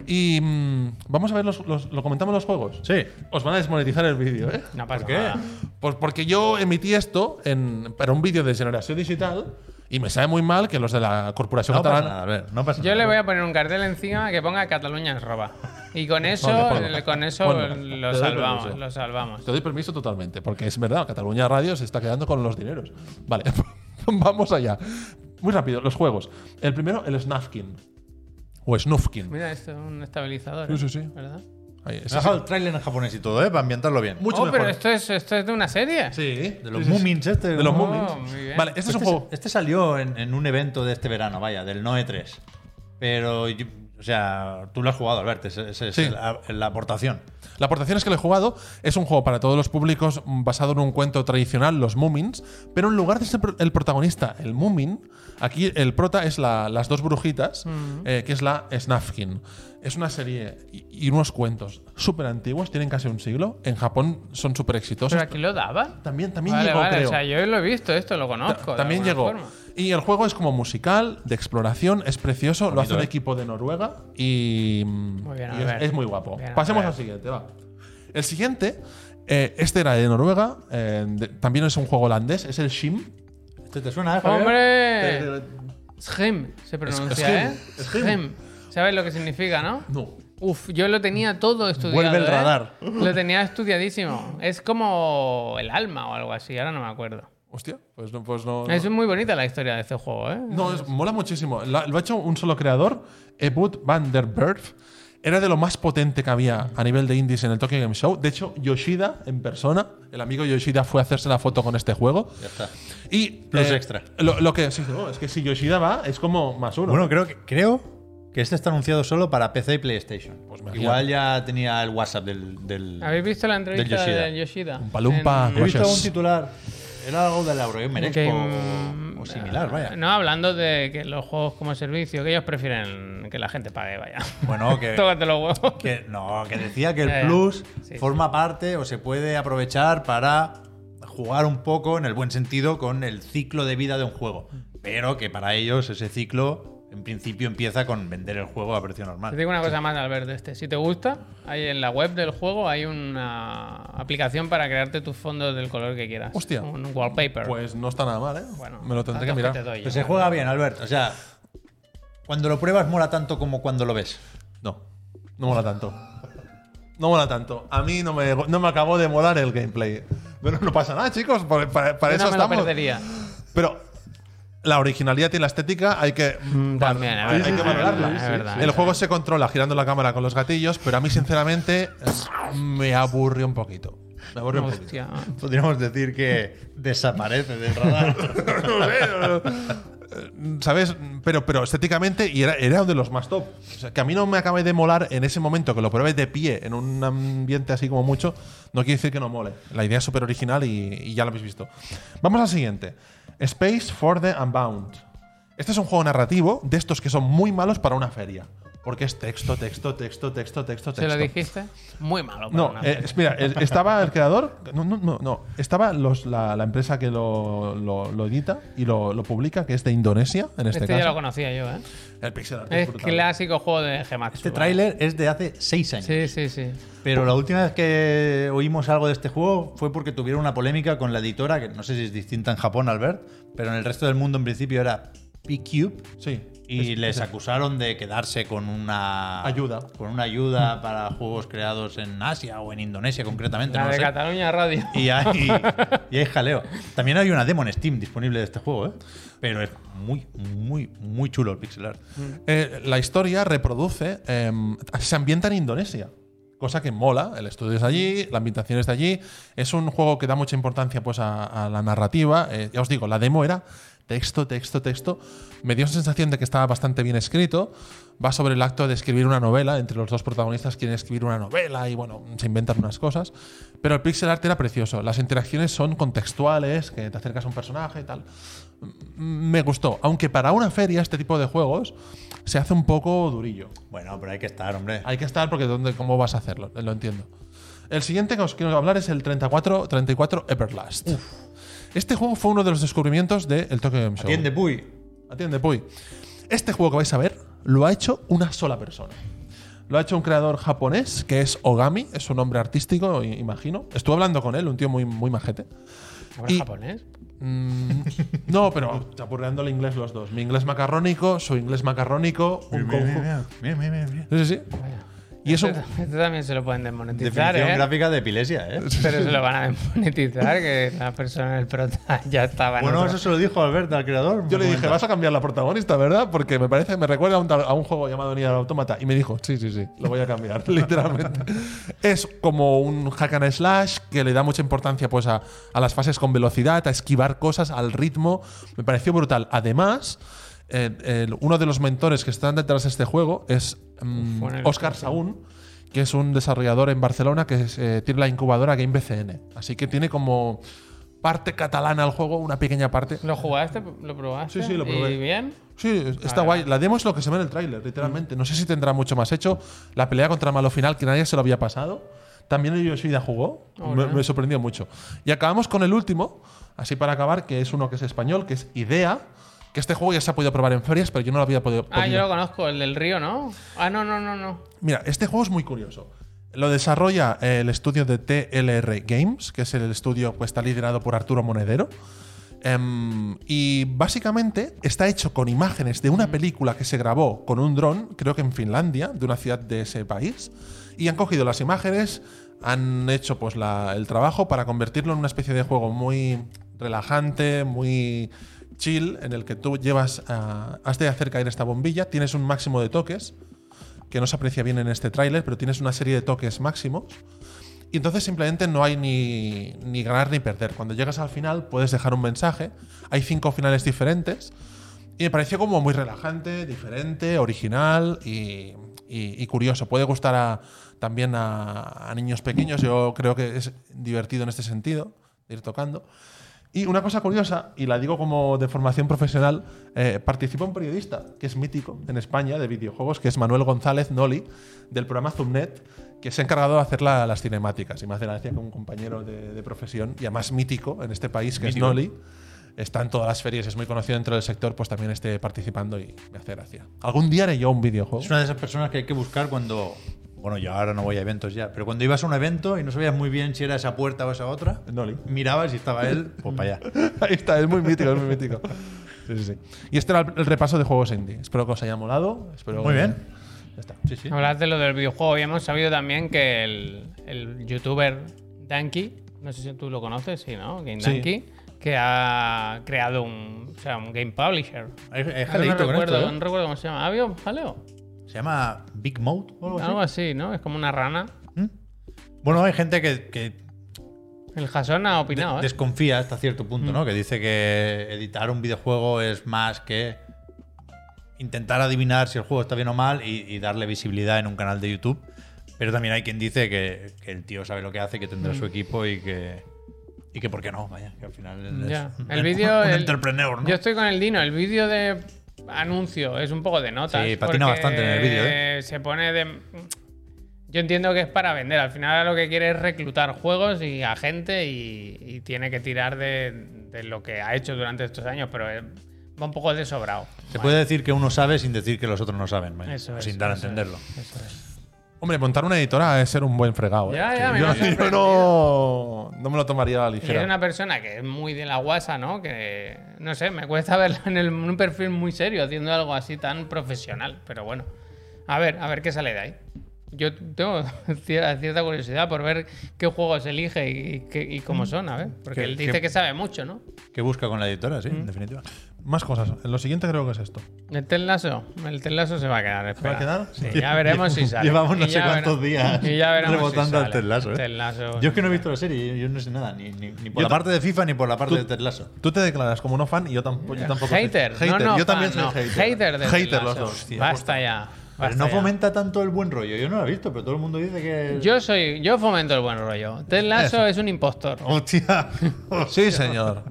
A: Y mm, vamos a ver, los, los- lo comentamos los juegos.
C: Sí.
A: Os van a desmonetizar el vídeo, ¿eh?
B: No pasa
C: ¿Por qué?
B: nada.
A: Pues porque yo emití esto en, para un vídeo de generación digital y me sabe muy mal que los de la Corporación
C: No pasa
A: Catalana.
C: nada, Albert. No pasa
B: Yo
C: nada.
B: le voy a poner un cartel encima que ponga Cataluña en roba. Y con eso,
A: Ponlo, ponlo.
B: con eso
A: Ponlo.
B: lo
A: Te doy
B: salvamos,
A: permiso.
B: lo salvamos.
A: Te doy permiso totalmente, porque es verdad, Cataluña Radio se está quedando con los dineros. Vale, vamos allá. Muy rápido, los juegos. El primero, el Snufkin. O Snufkin.
B: Mira, esto es un estabilizador.
A: Sí, sí,
B: ¿eh?
A: sí.
B: ¿Verdad?
A: Ahí, ese
C: He dejado el tráiler en japonés y todo, ¿eh? Para ambientarlo bien.
A: Mucho
B: oh,
A: mejor.
B: pero esto es, esto es de una serie.
A: Sí,
C: De los
A: sí, sí, sí.
C: Moomins, este.
A: De los
B: Oh,
A: Moomins.
B: muy bien.
A: Vale, este es un
C: Este,
A: juego.
C: este salió en, en un evento de este verano, vaya, del Noe 3. Pero, yo- o sea, tú lo has jugado, Albert. Esa esa es
A: Sí.
C: la, la aportación.
A: La aportación es que lo he jugado. Es un juego para todos los públicos mm, basado en un cuento tradicional, los Moomins. Pero en lugar de ser pro- el protagonista, el
B: Mm.
A: Moomin, aquí el prota es la- las dos brujitas, eh, que es la Snafkin. Es una serie y, y unos cuentos súper antiguos, tienen casi un siglo. En Japón son súper exitosos.
B: ¿Pero aquí lo daban?
A: También, también
B: Vale,
A: llegó,
B: vale,
A: creo.
B: o sea, yo lo he visto, esto lo
A: Ta-
B: conozco. de
A: también
B: alguna
A: llegó.
B: forma.
A: Y el juego es como musical, de exploración, es precioso, lo hace
C: Bonito,
A: un
C: ¿eh?
A: equipo de Noruega y,
B: Muy bien,
A: y
B: a
A: es,
B: ver.
A: es muy guapo.
B: Bien, a
A: Pasemos
B: ver.
A: al siguiente, va. El siguiente, eh, este era de Noruega, eh, de- también es un juego holandés, es el Shim.
C: ¿Este te suena, eh, Javier?
B: ¡Hombre! Schem se pronuncia,
A: Schem,
B: ¿eh?
A: Schem.
B: Schem. ¿Sabes lo que significa, no?
A: No.
B: Uf, yo lo tenía todo estudiado.
C: Vuelve el
B: ¿eh?
C: radar.
B: Lo tenía estudiadísimo. Es como el alma o algo así, ahora no me acuerdo.
A: Hostia, pues no. Pues no,
B: Es muy bonita la historia de este juego, ¿eh?
A: no, es- mola muchísimo. La- lo ha hecho un solo creador, Ebut van der Berg. Era de lo más potente que había a nivel de indies en el Tokyo Game Show. De hecho, Yoshida, en persona, el amigo Yoshida fue a hacerse la foto con este juego.
C: Ya está.
A: Y eh,
C: Plus extra.
A: Lo, lo que sí, no, es que si Yoshida va, es como más uno.
C: Bueno, creo que, creo que este está anunciado solo para PC y PlayStation.
A: Pues me
C: Igual ya tenía el WhatsApp del. del
B: ¿Habéis visto la entrevista
C: Del Yoshida.
B: del Yoshida?
A: Oompa Loompa,
B: En-
C: He visto
A: Gracias.
C: un titular. Era algo de la Eurogamer Expo
B: que, mm,
C: o, o similar, vaya.
B: No, hablando de que los juegos como servicio, que ellos prefieren que la gente pague, vaya.
C: Bueno, que.
B: Tócate los huevos.
C: que- no, que decía que el
B: Ya, ya.
C: Plus
B: Eh, Sí,
C: forma parte o se puede aprovechar para jugar un poco, en el buen sentido, con el ciclo de vida de un juego. Pero que para ellos ese ciclo, en principio, empieza con vender el juego a precio normal.
B: Te digo una cosa más, Albert, de este. Si te gusta, hay en la web del juego hay una aplicación para crearte tus fondos del color que quieras.
A: Hostia.
B: Un wallpaper.
A: Pues no está nada mal, ¿eh?
B: Bueno,
A: Me lo tendré que
B: datos
A: mirar.
B: te doy ¿eh? yo.
C: Pues se juega bien, Albert. O sea, cuando lo pruebas mola tanto como cuando lo ves.
A: No, no mola tanto. No mola tanto. A mí no me, no me acabó de molar el gameplay. Pero no pasa nada, chicos. Para, para- para
B: Yo
A: eso
B: no me lo
A: estamos.
B: perdería.
A: Pero la originalidad y la estética hay que. mm,
B: También, es
A: hay
B: verdad,
A: que
B: es
A: valorarla.
B: verdad, es verdad.
A: El juego se controla girando la cámara con los gatillos, pero a mí, sinceramente, me aburrió un poquito. Me aburrió un poquito.
B: Hostia.
C: Podríamos decir que desaparece del radar.
A: No sé, no- eh, ¿Sabes? Pero, pero estéticamente, y era, era uno de los más top. O sea, que a mí no me acabe de molar en ese momento que lo pruebes de pie en un ambiente así como mucho, no quiere decir que no mole. La idea es súper original y, y ya lo habéis visto. Vamos al siguiente: Space for the Unbound. Este es un juego narrativo de estos que son muy malos para una feria. Porque es texto, texto, texto, texto, texto, texto.
B: ¿Se lo dijiste? Muy malo. para
A: No,
B: una-
A: eh, mira, el- estaba el creador. No, no, no. no. Estaba los- la, la empresa que lo, lo- lo edita y lo, lo publica, que es de Indonesia, en este,
B: este ya lo
A: caso.
B: conocía yo, ¿eh?
A: el pixel art.
B: Es
A: brutal.
B: clásico juego de Gematsu.
C: Este
B: ¿eh?
C: tráiler es de hace seis años.
B: Sí, sí, sí.
C: Pero la última vez que oímos algo de este juego fue porque tuvieron una polémica con la editora, que no sé si es distinta en Japón, Albert, pero en el resto del mundo en principio era P-Cube.
A: Sí.
C: Y
A: Es-
C: les
A: es-
C: acusaron de quedarse con una
A: Ayuda.
C: Con una ayuda para juegos creados en Asia o en Indonesia concretamente.
B: La
C: no lo
B: de
C: sé.
B: Cataluña Radio.
C: Y hay, y hay jaleo. También hay una demo en Steam disponible de este juego, ¿eh? Pero es muy, muy, muy chulo el pixel art.
A: eh, la historia reproduce. eh, se ambienta en Indonesia. Cosa que mola, el estudio es de allí, la ambientación es de allí. Es un juego que da mucha importancia pues, a, a la narrativa. Eh, ya os digo, la demo era texto, texto, texto. Me dio sensación de que estaba bastante bien escrito. Va sobre el acto de escribir una novela. Entre los dos protagonistas quieren escribir una novela y bueno, se inventan unas cosas. Pero el pixel art era precioso. Las interacciones son contextuales, que te acercas a un personaje y tal me gustó. Aunque para una feria este tipo de juegos se hace un poco durillo.
C: Bueno, pero hay que estar, hombre.
A: Hay que estar porque ¿dónde, ¿cómo vas a hacerlo? Lo entiendo. El siguiente que os quiero hablar es el 34, 34 Everlast. Este juego fue uno de los descubrimientos del Tokyo Game Show.
C: Atiende, Puy.
A: Atiende, Puy. Este juego que vais a ver lo ha hecho una sola persona. Lo ha hecho un creador japonés que es Ogami, es un nombre artístico, i- imagino. Estuve hablando con él, un tío muy, muy majete.
B: ¿Habla
A: Y-
B: japonés?
A: Mm, no, pero chapurreando el inglés los dos. Mi inglés macarrónico, su inglés macarrónico. Un conjunto.
C: mira, mira, mira, mira.
A: Sí, sí, sí. Y eso.
B: Este, este también se lo pueden desmonetizar,
C: Definición
B: ¿eh?
C: gráfica de epilepsia, ¿eh?
B: Pero se lo van a desmonetizar, que la persona del prota ya estaba en
C: Bueno,
B: otro-
C: eso se lo dijo Albert al creador.
A: Yo le dije,
C: Comenta.
A: vas a cambiar la protagonista, ¿verdad? Porque me parece, me recuerda a un, tal- a un juego llamado Nier Automata. Y me dijo, sí, sí, sí, lo voy a cambiar, literalmente. Es como un hack and slash que le da mucha importancia pues, a, a las fases con velocidad, a esquivar cosas, al ritmo. Me pareció brutal. Además, eh, el- uno de los mentores que están detrás de este juego es mm,
B: Fue en el
A: Oscar Saún, que es un desarrollador en Barcelona que es, eh, tiene la incubadora Game BCN. Así que tiene como parte catalana al juego, una pequeña parte.
B: ¿Lo jugaste? ¿Lo probaste?
A: Sí, sí, lo probé.
B: ¿Y bien?
A: Sí, está guay. La demo es lo que se ve en el tráiler,
B: Mm.
A: literalmente. No sé si tendrá mucho más hecho. La pelea contra Malo Final, que nadie se lo había pasado. También el Yoshida jugó. Me,
B: Hola.
A: me sorprendió mucho. Y acabamos con el último, así para acabar, que es uno que es español, que es Idea. Que este juego ya se ha podido probar en ferias, pero yo no lo había podido.
B: Ah,
A: podido.
B: yo lo conozco, el del río, ¿no? Ah, no, no, no, no.
A: Mira, este juego es muy curioso. Lo desarrolla eh, el estudio de TLR Games, que es el estudio que está liderado por Arturo Monedero. Em, y básicamente está hecho con imágenes de una película que se grabó con un dron, creo que en Finlandia, de una ciudad de ese país. Y han cogido las imágenes, han hecho pues, la- el trabajo para convertirlo en una especie de juego muy relajante, muy chill, en el que tú llevas, a, has de hacer caer esta bombilla, tienes un máximo de toques, que no se aprecia bien en este tráiler, pero tienes una serie de toques máximos. Y entonces simplemente no hay ni, ni ganar ni perder. Cuando llegas al final puedes dejar un mensaje. Hay cinco finales diferentes. Y me pareció como muy relajante, diferente, original y, y- y curioso. Puede gustar a- también a, a niños pequeños. Yo creo que es divertido en este sentido, de ir tocando. Y una cosa curiosa, y la digo como de formación profesional, eh, participa un periodista que es mítico en España de videojuegos, que es Manuel González Noli, del programa Zumnet, que se ha encargado de hacer la- las cinemáticas. Y me hace gracia que un compañero de, de profesión, y además mítico en este país, que
C: Mítico.
A: es Noli, está en todas las ferias, es muy conocido dentro del sector, pues también esté participando y me hace gracia. Algún día haré yo un videojuego.
C: Es una de esas personas que hay que buscar cuando. Bueno, yo ahora no voy a eventos ya, pero cuando ibas a un evento y no sabías muy bien si era esa puerta o esa otra,
A: Noli.
C: mirabas y estaba él, pues para allá.
A: Ahí está, es muy mítico, es muy mítico. Sí, sí, sí. Y este era el- el repaso de juegos indie. Espero que os haya molado. espero
C: Muy
A: que-
C: bien.
A: Ya está.
C: Sí, sí.
B: Hablas de lo del videojuego y hemos sabido también que el, el youtuber Danky, no sé si tú lo conoces, sí, ¿no? Game
A: Sí.
B: Danky, que ha creado un, o sea, un game publisher.
C: Hay, hay
B: Ahora no
C: jaleito con
B: recuerdo,
C: esto, ¿eh?
B: no recuerdo cómo se llama. ¿Avio? ¿Jaleo?
C: Se llama Big Mode o algo así.
B: Algo así, ¿no? Es como una rana.
C: Bueno, hay gente que, que
B: El Jason ha
C: de-
B: opinado, ¿eh? Mm.
C: desconfía hasta cierto punto, ¿no? Que dice que editar un videojuego es más que intentar adivinar si el juego está bien o mal y, y darle visibilidad en un canal de YouTube. Pero también hay quien dice que, que el tío sabe lo que hace, que
B: Mm.
C: tendrá su equipo y que. Y que por qué no, vaya, que al final es
B: Ya.
C: un-
B: El vídeo,
C: un
B: el-
C: entrepreneur, ¿no?
B: Yo estoy con el Dino, el vídeo de anuncio es un poco de notas.
C: Sí, patina
B: porque
C: bastante en el vídeo, ¿eh?
B: Se pone de. Yo entiendo que es para vender. Al final lo que quiere es reclutar juegos y a gente y, y tiene que tirar de, de lo que ha hecho durante estos años, pero eh, va un poco de sobrado.
C: Se puede decir que uno sabe sin decir que los otros no saben, vaya,
B: Eso es,
C: sin dar a
B: eso
C: entenderlo.
B: Eso es.
A: Hombre, montar una editora es ser un buen fregado. ¿eh?
B: Ya, ya, me
A: yo,
B: imagino,
A: yo
B: pero,
A: no, no me lo tomaría a la
B: Y es
A: ligera.
B: una persona que es muy de la guasa, ¿no? Que, no sé, me cuesta verla en, el- en un perfil muy serio haciendo algo así tan profesional. Pero bueno, a ver, a ver qué sale de ahí. Yo tengo cierta, cierta curiosidad por ver qué juegos elige y, y qué- y cómo son, a ver. Porque
C: Que-
B: él dice
C: que-
B: que sabe mucho, ¿no?
C: Que busca con la editora, sí,
B: Mm.
C: en definitiva.
A: Más cosas. Lo siguiente creo que es esto.
B: El Tenlaso, el Tenlaso se va a quedar, espera.
A: quedar?
B: Sí, ya veremos si sale.
C: Llevamos no
B: Y
C: sé
B: ya vere-
C: cuántos días
B: y ya veremos si
C: rebotando al
B: sale.
C: Ted Lasso, ¿eh?
B: Ted Lasso.
C: Yo es que no he visto la serie, yo, yo no sé nada, ni, ni- ni por
A: Yo
C: la
A: ta-
C: parte de FIFA ni por la parte
A: Tú-
C: de Ted Lasso.
A: Tú te declaras como no fan y yo, tampoco yo tampoco. soy-
B: Hater, no, no, fan,
A: yo también soy
B: no,
A: hater.
B: Hater de Ted
A: Hater los
B: Lasso.
A: dos.
C: Hostia,
B: Basta ya.
C: Pero
B: basta
C: no
B: ya.
C: fomenta tanto el buen rollo, yo no lo he visto, pero todo el mundo dice que.
B: Yo soy, yo fomento el buen rollo. Ted Lasso es un impostor.
C: Hostia.
A: Sí, señor.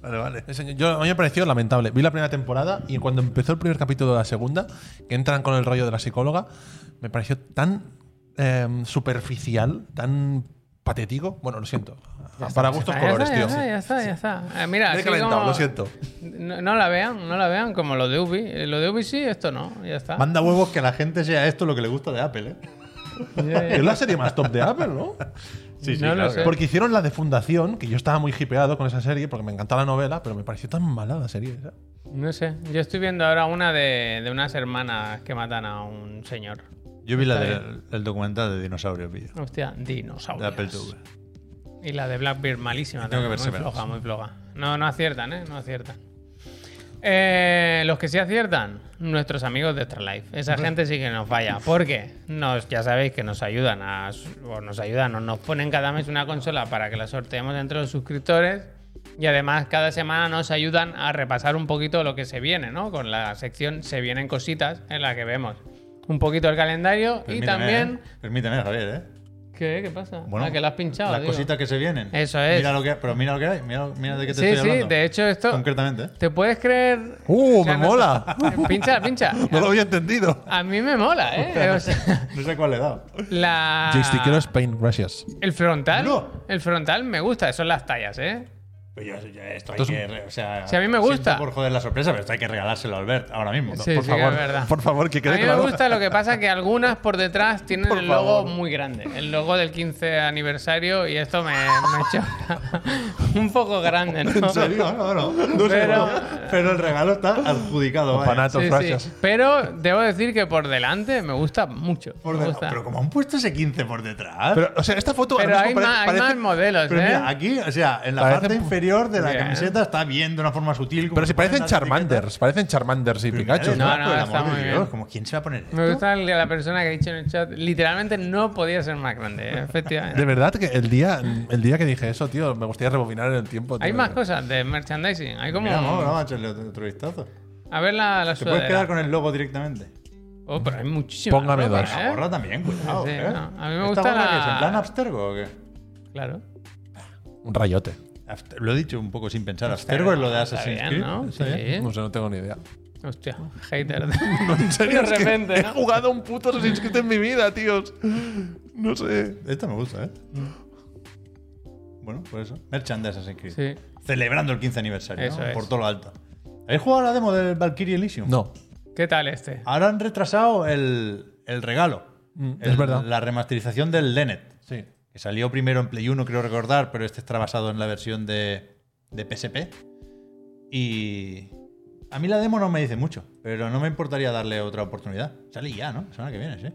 C: vale, vale.
A: Sí, señor. Yo, a mí me pareció lamentable. Vi la primera temporada y cuando empezó el primer capítulo de la segunda, que entran con el rollo de la psicóloga, me pareció tan em, superficial, tan patético. Bueno, lo siento. Para gustos
B: Ah,
A: colores,
B: ya
A: tío.
B: está, ya está, ya está, ya está. Ah, mira,
A: Me he
B: así
A: calentado,
B: como-
A: lo siento.
B: No, no la vean, no la vean como lo de Ubi. Eh, Lo de Ubi sí, esto no, ya está.
C: Manda huevos que a la gente sea esto lo que le gusta de Apple, ¿eh?
B: Ya, ya.
A: Es la serie más top de Apple, ¿no?
B: No lo sé.
A: Porque hicieron la de Fundación, que yo estaba muy hipeado con esa serie, porque me encantaba la novela, pero me pareció tan mala la serie esa.
B: No sé, yo estoy viendo ahora una de, de unas hermanas que matan a un señor.
C: Yo vi la del el documental de dinosaurios, vídeo.
B: Hostia,
C: De
B: dinosaurios.
C: Apple TV.
B: Y la de Blackbeard malísima.
C: Tengo que
B: también,
C: verse,
B: muy
C: verás.
B: floja, muy floja. No, no aciertan, ¿eh? No aciertan. Eh, los que sí aciertan, nuestros amigos de Extralife. Esa gente sí que nos falla. Porque nos, ya sabéis que nos ayudan, a, o nos ayudan, o nos ponen cada mes una consola para que la sorteemos entre los suscriptores. Y además cada semana nos ayudan a repasar un poquito lo que se viene, ¿no? Con la sección Se vienen cositas en la que vemos un poquito el calendario y
C: Permíteme,
B: también...
C: ¿eh? Permíteme, Javier, ¿eh?
B: ¿Qué? ¿Qué pasa? ah, que lo has pinchado.
C: Las
B: digo.
C: cositas que se vienen.
B: Eso es.
C: Mira lo que, pero mira lo que hay. Mira, mira de qué te
B: Sí,
C: estoy
B: sí,
C: hablando.
B: de hecho esto-
C: Concretamente. ¿eh?
B: ¿Te puedes creer?
A: ¡Uh,
B: O sea,
A: me
B: no-
A: mola!
B: Pincha, pincha.
A: No lo había entendido.
B: A mí me mola, ¿eh? O sea,
C: No sé cuál le he dado.
B: la...
A: Joystickero Spain, gracias.
B: El frontal.
C: No.
B: El frontal me gusta, son las tallas, ¿eh?
C: Pero yo, yo esto hay
A: Esto es
C: que. re- O sea,
B: Si a mí me gusta.
C: siento por joder la sorpresa, pero esto hay que regalárselo a Albert ahora mismo.
B: Sí,
A: por
B: sí que
A: favor,
B: es verdad.
A: por favor, que
B: a
A: quede
B: mí
A: claro.
B: me gusta lo que pasa que algunas por detrás tienen
A: Por
B: el logo
A: favor.
B: muy grande. El logo del 15 aniversario y esto me, me choca. Un poco grande, ¿no?
C: No, no, no. no. No sé
B: Pero-
C: cómo, pero el regalo está adjudicado. vaya.
A: Fanatos,
B: Sí, sí.
A: gracias.
B: Pero debo decir que por delante me gusta mucho.
C: Por
B: me
C: de-
B: gusta.
C: Pero como han puesto ese 15 por detrás.
A: Pero, o sea, esta foto
B: Pero
A: ahora
B: hay,
A: mismo pare-
B: más, hay
A: parece-
B: más modelos,
C: Pero
B: ¿eh?
C: mira, aquí, o sea, en la
A: Parece
C: parte
A: pu-
C: inferior de la
B: Bien.
C: camiseta está bien de una forma sutil. como
A: Pero si
C: se ponen
A: parecen
C: las
A: Charmanders, parecen Charmanders y
C: etiquetas.
A: Pikachu.
B: No,
A: ¿no?
B: no,
C: Por el
B: está
C: amor de
B: muy
C: Dios,
B: bien.
C: Como, ¿Quién se va a poner
B: Me
C: esto?
B: gusta el- la persona que ha dicho en el chat. Literalmente no podía ser más grande, ¿eh? efectivamente.
A: De verdad que el día, el día que dije eso, tío, me gustaría rebobinar en el tiempo. tío.
B: Hay más cosas de merchandising. Hay como.
C: Mira, vamos, vamos a echarle otro, otro vistazo.
B: A ver la, la
C: Te puedes
B: sudadera.
C: quedar con el logo directamente.
B: Oh, pero hay muchísimas.
A: Póngame
B: ropas,
A: dos.
B: ¿eh?
C: La gorra también, cuidado.
B: Sí,
C: ¿eh?
B: no, a mí me
C: ¿Esta
B: gusta
C: gorra
B: la-
C: qué es? ¿En plan Abstergo o qué?
B: Claro.
A: Un rayote.
C: Abster- Lo he dicho un poco sin pensar. Abstergo es lo de
B: ah, Está
C: Assassin's
B: bien,
C: Creed.
B: ¿no?
C: Está bien.
B: Sí.
A: No sé, no tengo ni idea.
B: Hostia, hater.
A: En serio,
B: de
A: es que
B: repente.
A: he
B: ¿no?
A: jugado un puto Assassin's Creed en mi vida, tíos. No sé.
C: Esta me gusta, ¿eh? Bueno, por eso. Merchand de Assassin's Creed.
B: Mm. Sí.
C: Celebrando el 15 aniversario,
B: Eso
C: ¿no?
B: es.
C: por todo lo alto. ¿Habéis jugado la demo del Valkyrie Elysium?
A: No.
B: ¿Qué tal este?
C: Ahora han retrasado el, el regalo.
A: Mm,
C: El-
A: es verdad.
C: La remasterización del Lenet.
A: Sí.
C: Que salió primero en Play 1, creo recordar, pero este está basado en la versión de, de PSP. Y. A mí la demo no me dice mucho, pero no me importaría darle otra oportunidad. Sale ya, ¿no? La semana que viene, sí.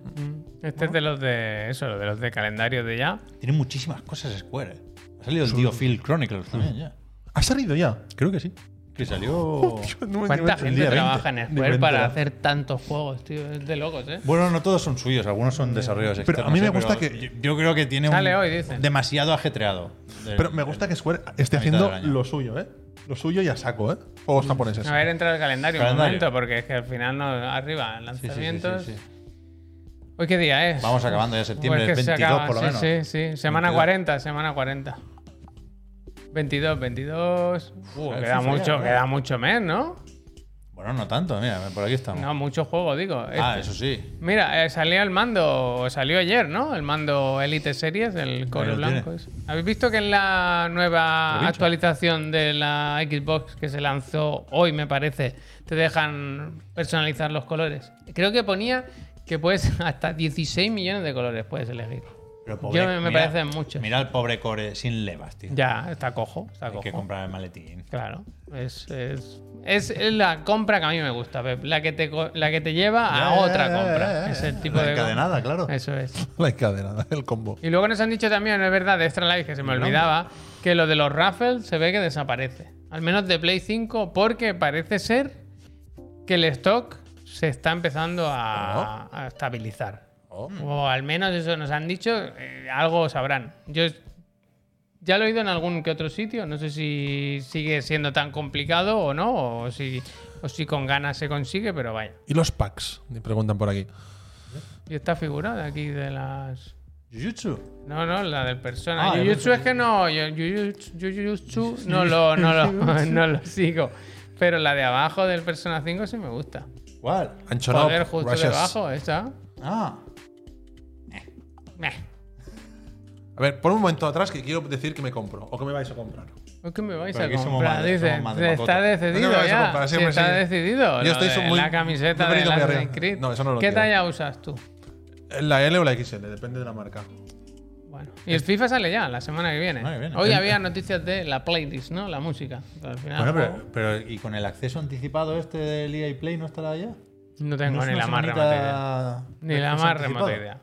B: Este es de los de. Eso, de los de calendario de ya.
C: Tiene muchísimas cosas Square. ¿eh? Ha salido el tío Phil Chronicles
A: Mm.
C: también, ya.
A: ¿Ha salido ya?
C: Creo que sí. Que salió.
A: No me
B: ¿Cuánta
A: entiendo.
B: gente
C: día
B: trabaja
C: 20,
B: en Square
C: ni
B: para
C: cuenta.
B: hacer tantos juegos, tío? Es de locos, ¿eh?
C: Bueno, no todos son suyos, algunos son desarrollos
A: Pero
C: externos.
A: a mí me
C: ¿eh?
A: gusta
C: Pero
A: que-
C: Yo, yo creo que tiene
B: Sale
C: un.
B: hoy, dicen.
C: Demasiado ajetreado. El-
A: Pero me gusta
C: el-
A: que Square esté
C: la mitad
A: haciendo
C: del año.
A: lo suyo, ¿eh? Lo suyo y a saco, ¿eh? Juegos japoneses.
B: Mm. A ver, entra el calendario,
C: Calendario.
B: un momento, porque es que al final no.
C: Sí,
B: Arriba,
C: sí, sí, sí,
B: lanzamientos.
C: sí.
B: ¿Hoy qué día es?
C: Vamos acabando ya septiembre,
B: Pues que
C: el
B: se
C: 22
B: acaba,
C: por lo
B: sí,
C: menos.
B: Sí, sí, semana
C: 22.
B: 40, semana 40. 22, 22. Uh,
C: el
B: queda
C: FIFA ya,
B: mucho,
C: ¿no?
B: queda mucho mes, ¿no?
C: Bueno, no tanto, mira, por aquí estamos.
B: No, mucho juego, digo.
C: ah,
B: Este.
C: eso sí.
B: Mira, eh, salió el mando, salió ayer, ¿no? El mando Elite Series, el
C: Ahí
B: color
C: lo
B: blanco.
C: tienes.
B: ese. ¿Habéis visto que en la nueva
C: pincha.
B: actualización de la Xbox que se lanzó hoy, me parece, te dejan personalizar los colores? Creo que ponía que puedes hasta 16 millones de colores puedes elegir.
C: Pero
B: Yo me- me parecen muchos.
C: Mira el pobre core sin levas, tío.
B: Ya, está cojo, está
C: Hay
B: cojo.
C: que comprar el maletín.
B: Claro, es, es, es la compra que a mí me gusta, Pep. La que te, co- la que te lleva a
C: Ya, ya,
B: Ah, otra
C: ya,
B: compra.
C: ya, ya,
B: es el
C: ya.
B: tipo
C: La
B: de.
C: encadenada, claro.
B: Eso es.
A: La encadenada, el combo.
B: Y luego nos han dicho también, es verdad, de Extra Life, que se me olvidaba, que lo de los raffles se ve que desaparece. Al menos de Play 5, porque parece ser que el stock se está empezando a, a estabilizar.
A: Oh.
B: O al menos eso nos han dicho, eh, algo sabrán. Yo ya lo he oído en algún que otro sitio, no sé si sigue siendo tan complicado o no, o si, o si con ganas se consigue, pero vaya.
A: ¿Y los packs? Me preguntan por aquí.
B: Y esta figura de aquí de las...
C: Jujutsu.
B: No, no, la del persona.
C: Ah, el
B: Jujutsu es que no, yo- Jujutsu Jujutsu no lo, no, lo, no lo sigo. Pero la de abajo del Persona 5 sí me gusta.
C: ¿Cuál?
A: Anchorado.
B: Joder, justo debajo, esa.
C: Ah.
B: Meh.
A: A ver, pon un momento atrás que quiero decir que me compro o que me vais a comprar.
B: Es que me vais
C: Pero
B: a
C: aquí somos
B: comprar,
C: madre-
B: dice.
C: somos madre
B: está
C: Makoto.
B: decidido
A: No me vais a
B: ya.
A: comprar,
B: sí,
A: siempre
B: está
A: sí.
B: decidido.
A: Yo
B: Lo
A: estoy
B: de
A: muy-
B: la camiseta
A: muy
B: de
A: venido muy
B: Assassin's
A: arriba.
B: Creed.
A: No, eso no lo
B: ¿Qué
A: quiero.
B: talla usas tú?
A: La L o la XL, depende de la marca.
B: Bueno, y el FIFA sale ya la semana que viene.
C: semana que viene.
B: Hoy
C: El-
B: había noticias de la playlist, ¿no? La música. Al final,
C: Bueno,
B: oh,
C: pero, pero ¿y con el acceso anticipado este del EA Play no estará ya?
B: no tengo
C: ¿No es
B: ni
C: una
B: la más
C: semanita
B: remota idea. Ni
C: de
B: la
C: acceso
B: más remota
C: anticipado?
B: idea.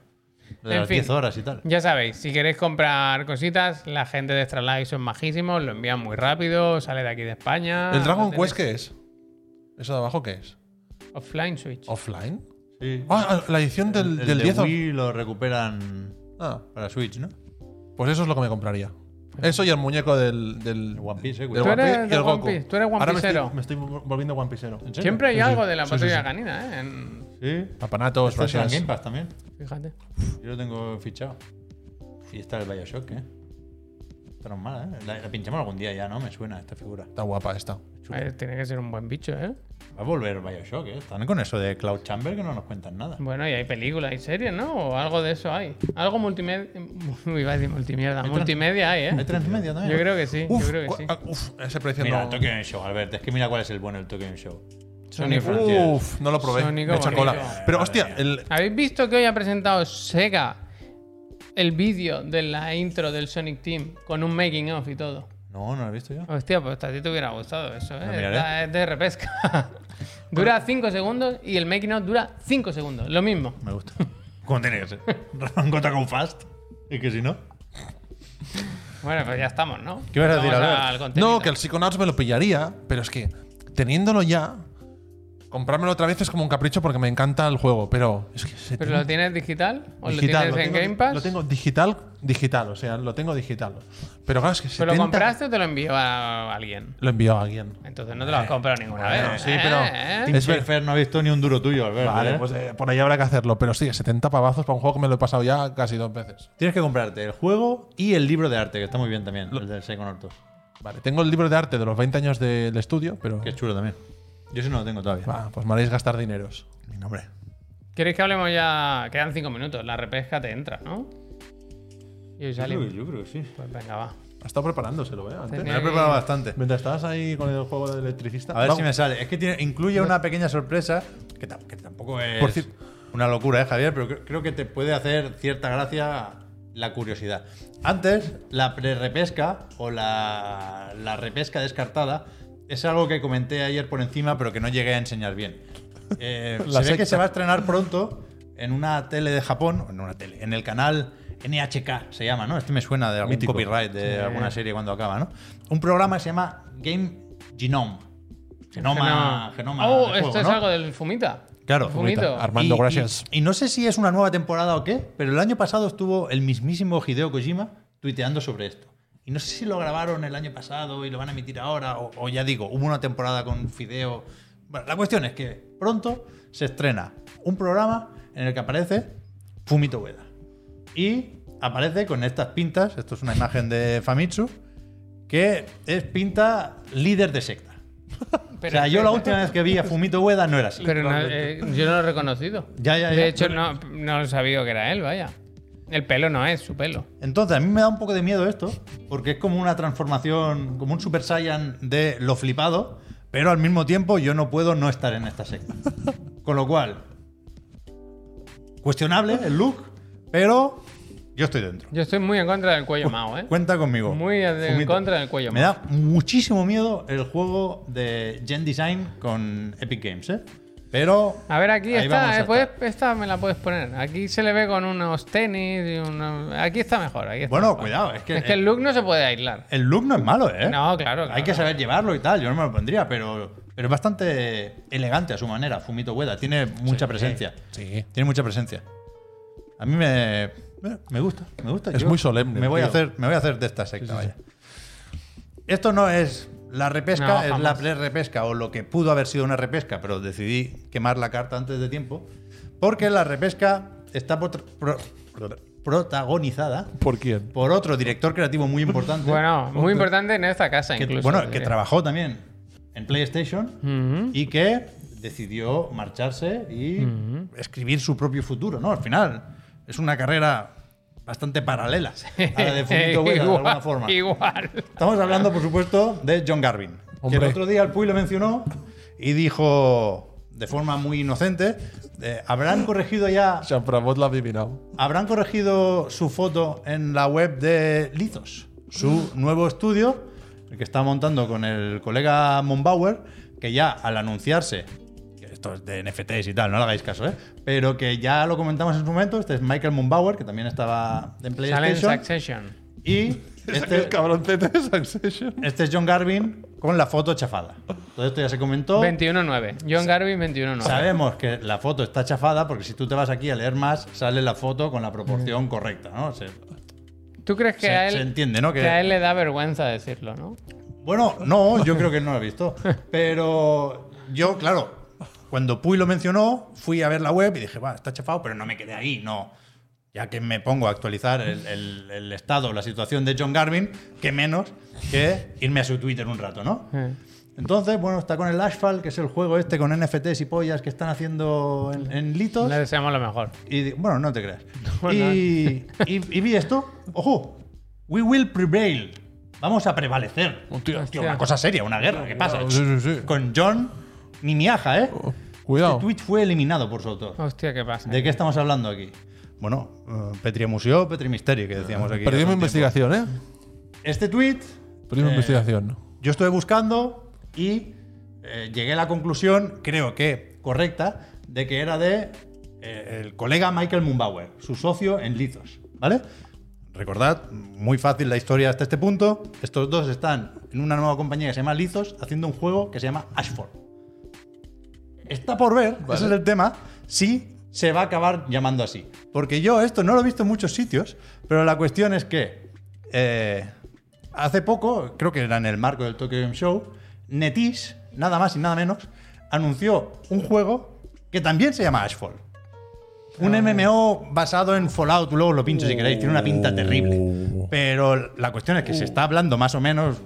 C: De
B: En
C: las
B: fin.
C: 10 horas y tal.
B: Ya sabéis, si queréis comprar cositas, la gente de Extra Life son majísimos, lo envían muy rápido, sale de aquí de España.
A: ¿El Dragon
B: lo tenéis
A: Quest qué es? ¿Eso de abajo qué es?
B: Offline Switch.
A: ¿Offline?
C: Sí.
A: Ah, la edición del,
C: el
A: del
C: de
A: 10 o-
C: Wii lo recuperan
A: Ah,
C: para Switch, ¿no?
A: pues eso es lo que me compraría. Eso y el muñeco del. del
C: El One Piece, eh,
A: del
C: cuidado.
B: Tú
A: One
B: eres
A: Piece y
B: de
A: el
B: One
A: Goku.
B: Piece, tú eres One
A: Ahora me
B: Piecero.
A: estoy, me estoy volviendo One Piecero.
C: ¿En serio?
B: Siempre hay
A: Sí, sí.
B: algo de la
A: Sí,
B: patrulla
A: sí, sí.
B: canina, ¿eh? En-
C: Sí.
A: Papanatos,
C: Este está en
A: gracias.
C: Game Pass también.
B: Fíjate.
C: Yo lo tengo fichado. Fiesta del Bioshock, ¿eh? Está normal, ¿eh? La, la pinchamos algún día ya, ¿no? Me suena esta figura.
A: Está guapa esta.
B: Eh, tiene que ser un buen bicho, ¿eh?
C: Va a volver Bioshock, ¿eh? Están con eso de Cloud Chamber que no nos cuentan nada.
B: Bueno, y hay películas, hay series, ¿no? O algo de eso hay. Algo multimedia. Iba a decir multimierda.
C: Hay tran-
B: Multimedia hay,
C: Hay
B: ¿eh?
C: transmedia también.
B: Yo creo que sí,
A: Uf,
B: yo creo que
A: cu-
B: sí.
A: ah, uf, ese precio
C: Mira,
A: no.
C: el Tokyo Game Show, Albert. Es que mira cuál es el bueno del Tokyo Game Show.
B: Sony
C: Frontier.
A: Uf, no lo probé.
B: Sonic
A: Me echa
B: bonito.
A: cola. Pero
C: Madre
A: hostia,
C: mía.
A: el,
B: ¿Habéis visto que hoy ha presentado Sega el vídeo de la intro del Sonic Team con un making of y todo?
C: No, no lo he visto yo.
B: Hostia, pues a ti te hubiera gustado eso, ¿eh?
C: Lo miraré.
B: Está- es de repesca. dura 5 segundos y el making of dura 5 segundos. Lo mismo.
C: Me gusta. ¿Cómo tiene que ser? Rangota con Fast. Es que si no.
B: Bueno, pues ya estamos, ¿no?
C: ¿Qué ibas a decir,
B: Vamos
C: Albert?
B: al contenido.
A: No, que el Psychonauts me lo pillaría, pero es que teniéndolo ya, comprármelo otra vez es como un capricho porque me encanta el juego, pero es que se
B: ¿Pero
A: tiene-
B: lo tienes digital? ¿O
A: digital,
B: lo tienes en
A: tengo-
B: Game Pass?
A: Lo tengo digital, digital, o sea, lo tengo digital. Pero claro, es que
B: ¿Pero
A: 70,
B: lo compraste o te lo envió a alguien?
A: Lo envió a alguien.
B: Entonces no te lo
C: Eh,
B: has comprado ninguna
A: bueno,
B: vez.
A: sí, pero-
B: ¿eh?
A: Es ver-
C: Fer no ha visto ni un duro tuyo, Albert.
A: Vale,
C: ¿eh?
A: pues eh, por ahí habrá que hacerlo, pero sí, 70 pavazos para un juego que me lo he pasado ya casi dos veces.
C: Tienes que comprarte el juego y el libro de arte, que está muy bien también, el del Psychonauts.
A: Vale, tengo el libro de arte de los 20 años del estudio, pero.
C: Que es chulo también. Yo ese no lo tengo todavía.
A: Va, pues me haréis gastar dineros.
C: Mi nombre.
B: ¿Queréis que hablemos ya? Quedan 5 minutos. La repesca te entra, ¿no? Y hoy salimos.
C: que sí.
B: Pues venga, va.
A: Ha estado preparándoselo, ¿eh? Antes.
C: Me lo he preparado bastante.
A: Mientras estabas ahí con el juego del electricista.
C: A ver
A: Vamos.
C: si me sale. Es que tiene- incluye una pequeña sorpresa que, tam- que tampoco es
A: Por cierto-
C: una locura, ¿eh, Javier? Pero cre- creo que te puede hacer cierta gracia la curiosidad. Antes, la prerepesca o la, la repesca descartada es algo que comenté ayer por encima, pero que no llegué a enseñar bien. Eh, se
A: La
C: ve que
A: secta.
C: se va a estrenar pronto en una tele de Japón, en una tele, en el canal NHK se llama, ¿no? Este me suena de algún
A: Mítico.
C: copyright de alguna serie cuando acaba, ¿no? Un programa que se llama Game Genome. Genoma, genoma.
B: Oh,
C: de
B: esto
C: juego,
B: es
C: ¿no?
B: algo del Fumita.
C: Claro,
B: Fumito.
A: Fumita. Armando,
C: Y-
A: gracias.
C: Y, y no sé si es una nueva temporada o qué, pero el año pasado estuvo el mismísimo Hideo Kojima tuiteando sobre esto. Y no sé si lo grabaron el año pasado y lo van a emitir ahora, o, o ya digo, hubo una temporada con Fideo. Bueno, la cuestión es que pronto se estrena un programa en el que aparece Fumito Ueda. Y aparece con estas pintas, esto es una imagen de Famitsu, que es pinta líder de secta.
B: Pero, eh,
C: o sea, yo la última vez que vi a Fumito Ueda no era así.
B: Pero no, eh, yo no lo he reconocido.
C: Ya, ya, ya.
B: De hecho, no, no lo sabía que era él, vaya. El pelo no es su pelo.
C: Entonces, a mí me da un poco de miedo esto, porque es como una transformación, como un Super Saiyan de lo flipado, pero al mismo tiempo yo no puedo no estar en esta secta. Con lo cual, cuestionable el look, pero yo estoy dentro.
B: Yo estoy muy en contra del cuello mao, ¿eh?
C: Cuenta conmigo.
B: Muy en
C: Fumito.
B: contra del cuello
C: Me
B: mao.
C: da muchísimo miedo el juego de Gen Design con Epic Games, ¿eh? Pero.
B: A ver, aquí
C: ahí vamos a
B: está, eh,
C: estar.
B: puedes- esta me la puedes poner. Aquí se le ve con unos tenis y unos... Aquí está mejor, aquí está
C: Bueno,
B: mejor.
C: cuidado, es que.
B: Es que el look no se puede aislar.
C: El look no es malo, ¿eh?
B: No, claro, claro.
C: Hay que saber llevarlo y tal, yo no me lo pondría, pero, pero es bastante elegante a su manera, Fumito Ueda. Tiene mucha presencia.
A: Sí.
C: Tiene mucha presencia. A mí me, me gusta, me gusta.
A: Es muy solemne,
C: Me voy, a
A: tío.
C: hacer, me voy a hacer de esta secta, vaya. Esto no es la
B: No,
C: repesca, es la
B: jamás.
C: pre-repesca, o lo que pudo haber sido una repesca, pero decidí quemar la carta antes de tiempo, porque la repesca está potr- pro- pro- protagonizada
A: ¿Por quién?
C: por otro director creativo muy importante.
B: Bueno, muy importante en esta casa,
C: Que-
B: incluso.
C: bueno,
B: te
C: que
B: diré.
C: trabajó también en PlayStation
B: Ujú.
C: y que decidió marcharse y escribir su propio futuro, ¿no? Al final es una carrera bastante paralela a la de Fumito Ueda, de
B: Igual,
C: alguna forma.
B: Igual.
C: Estamos hablando, por supuesto, de John Garvin. Que el
A: Hombre.
C: otro día el Puy lo mencionó y dijo de forma muy inocente, eh, habrán corregido ya,
A: Champrabot lo ha adivinado.
C: habrán corregido su foto en la web de Lizos, su nuevo estudio, el que está montando con el colega Monbauer, que ya al anunciarse, que esto es de NFTs y tal, no le hagáis caso, ¿eh? pero que ya lo comentamos en su momento, este es Michael Monbauer, que también estaba en
B: Sale en
C: PlayStation,
B: Succession.
C: y
A: Este
C: este,
A: el cabroncete de Succession.
C: este es John Garvin con la foto chafada. Todo esto ya se comentó.
B: 21-9. John Garvin, 21-9.
C: Sabemos que la foto está chafada porque si tú te vas aquí a leer más, sale la foto con la proporción correcta, ¿no? Se-
B: ¿Tú crees que
C: se-
B: a él.
C: se entiende, ¿no?
B: Que...
C: que-
B: a él le da vergüenza decirlo, ¿no?
C: Bueno, no, yo creo que él no lo ha visto. Pero yo, claro, cuando Puy lo mencionó, fui a ver la web y dije, va, está chafado, pero no me quedé ahí, no. ya que me pongo a actualizar el, el- el estado, la situación de John Garvin, que menos que irme a su Twitter un rato, ¿no? Entonces, bueno, está con el Asphalt, que es el juego este con NFTs y pollas que están haciendo en, en litos.
B: Le deseamos lo mejor.
C: Y di- bueno, no te creas.
B: No,
C: y, y- y vi esto. Ojo, we will prevail. Vamos a prevalecer.
A: Hostia.
C: Tío, una cosa seria, una guerra. ¿Qué pasa?
A: Sí, sí, Oh, sí.
C: Con John, ni miaja, ¿eh?
A: Cuidado.
C: Este tweet fue eliminado por su autor.
B: Hostia, ¿qué pasa?
C: ¿De qué estamos hablando aquí? Bueno, eh, Petri Museo, Petri Misterio, que decíamos aquí. hace
A: Perdimos
C: un tiempo.
A: Ah, investigación, ¿eh?
C: Este tweet
A: Perdimos investigación.
C: yo estuve buscando y eh, llegué a la conclusión, creo que correcta, de que era de eh, el colega Michael Mumbauer, su socio en Lizos, ¿vale? Recordad, muy fácil la historia hasta este punto. Estos dos están en una nueva compañía que se llama Lizos haciendo un juego que se llama Ashford. Está por ver, ese es el tema, si se va a acabar llamando así. Porque yo esto no lo he visto en muchos sitios, pero la cuestión es que eh, hace poco, creo que era en el marco del Tokyo Game Show, Netis, nada más y nada menos, anunció un juego que también se llama Ashfall. Un MMO basado en Fallout, luego lo pincho si queréis, tiene una pinta terrible. Pero la cuestión es que se está hablando más o menos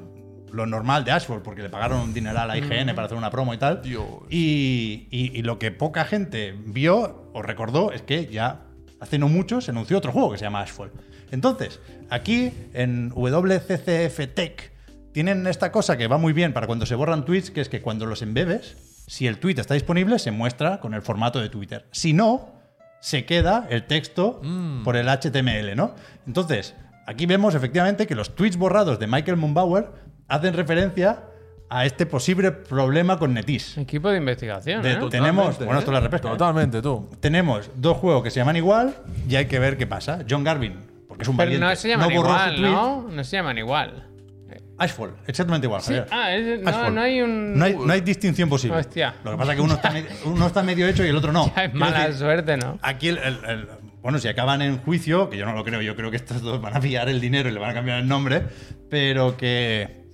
C: lo normal de Ashford, porque le pagaron un dineral a IGN para hacer una promo y tal.
A: Dios.
C: Y, y- y lo que poca gente vio o recordó es que ya hace no mucho se anunció otro juego que se llama Ashfall. Entonces, aquí en WCCF Tech tienen esta cosa que va muy bien para cuando se borran tweets, que es que cuando los embebes, si el tweet está disponible, se muestra con el formato de Twitter. Si no, se queda el texto
B: Mm.
C: por el HTML, ¿no? Entonces, aquí vemos efectivamente que los tweets borrados de Michael Mumbauer hacen referencia a este posible problema con Netis.
B: Equipo de investigación,
C: De
B: ¿eh?
C: tu- Tenemos-
A: Totalmente,
C: bueno,
A: ¿eh?
C: esto la repesca, ¿eh?
A: Totalmente, tú.
C: Tenemos dos juegos que se llaman igual y hay que ver qué pasa. John Garvin, porque es un
B: Pero
C: valiente,
B: no se llaman
C: borró su
B: igual,
C: tweet.
B: ¿no? No se llaman igual.
C: Ashfall, exactamente igual. Javier.
B: Ah, es- no,
C: Ashfall.
B: no hay un...
C: No hay, no hay distinción posible.
B: Hostia.
C: Lo que pasa es que uno está, me- uno está medio hecho y el otro no.
B: Es
C: Quiero
B: mala
C: decir,
B: suerte, ¿no?
C: Aquí, el, el- el- bueno, si acaban en juicio, que yo no lo creo, yo creo que estos dos van a pillar el dinero y le van a cambiar el nombre, pero que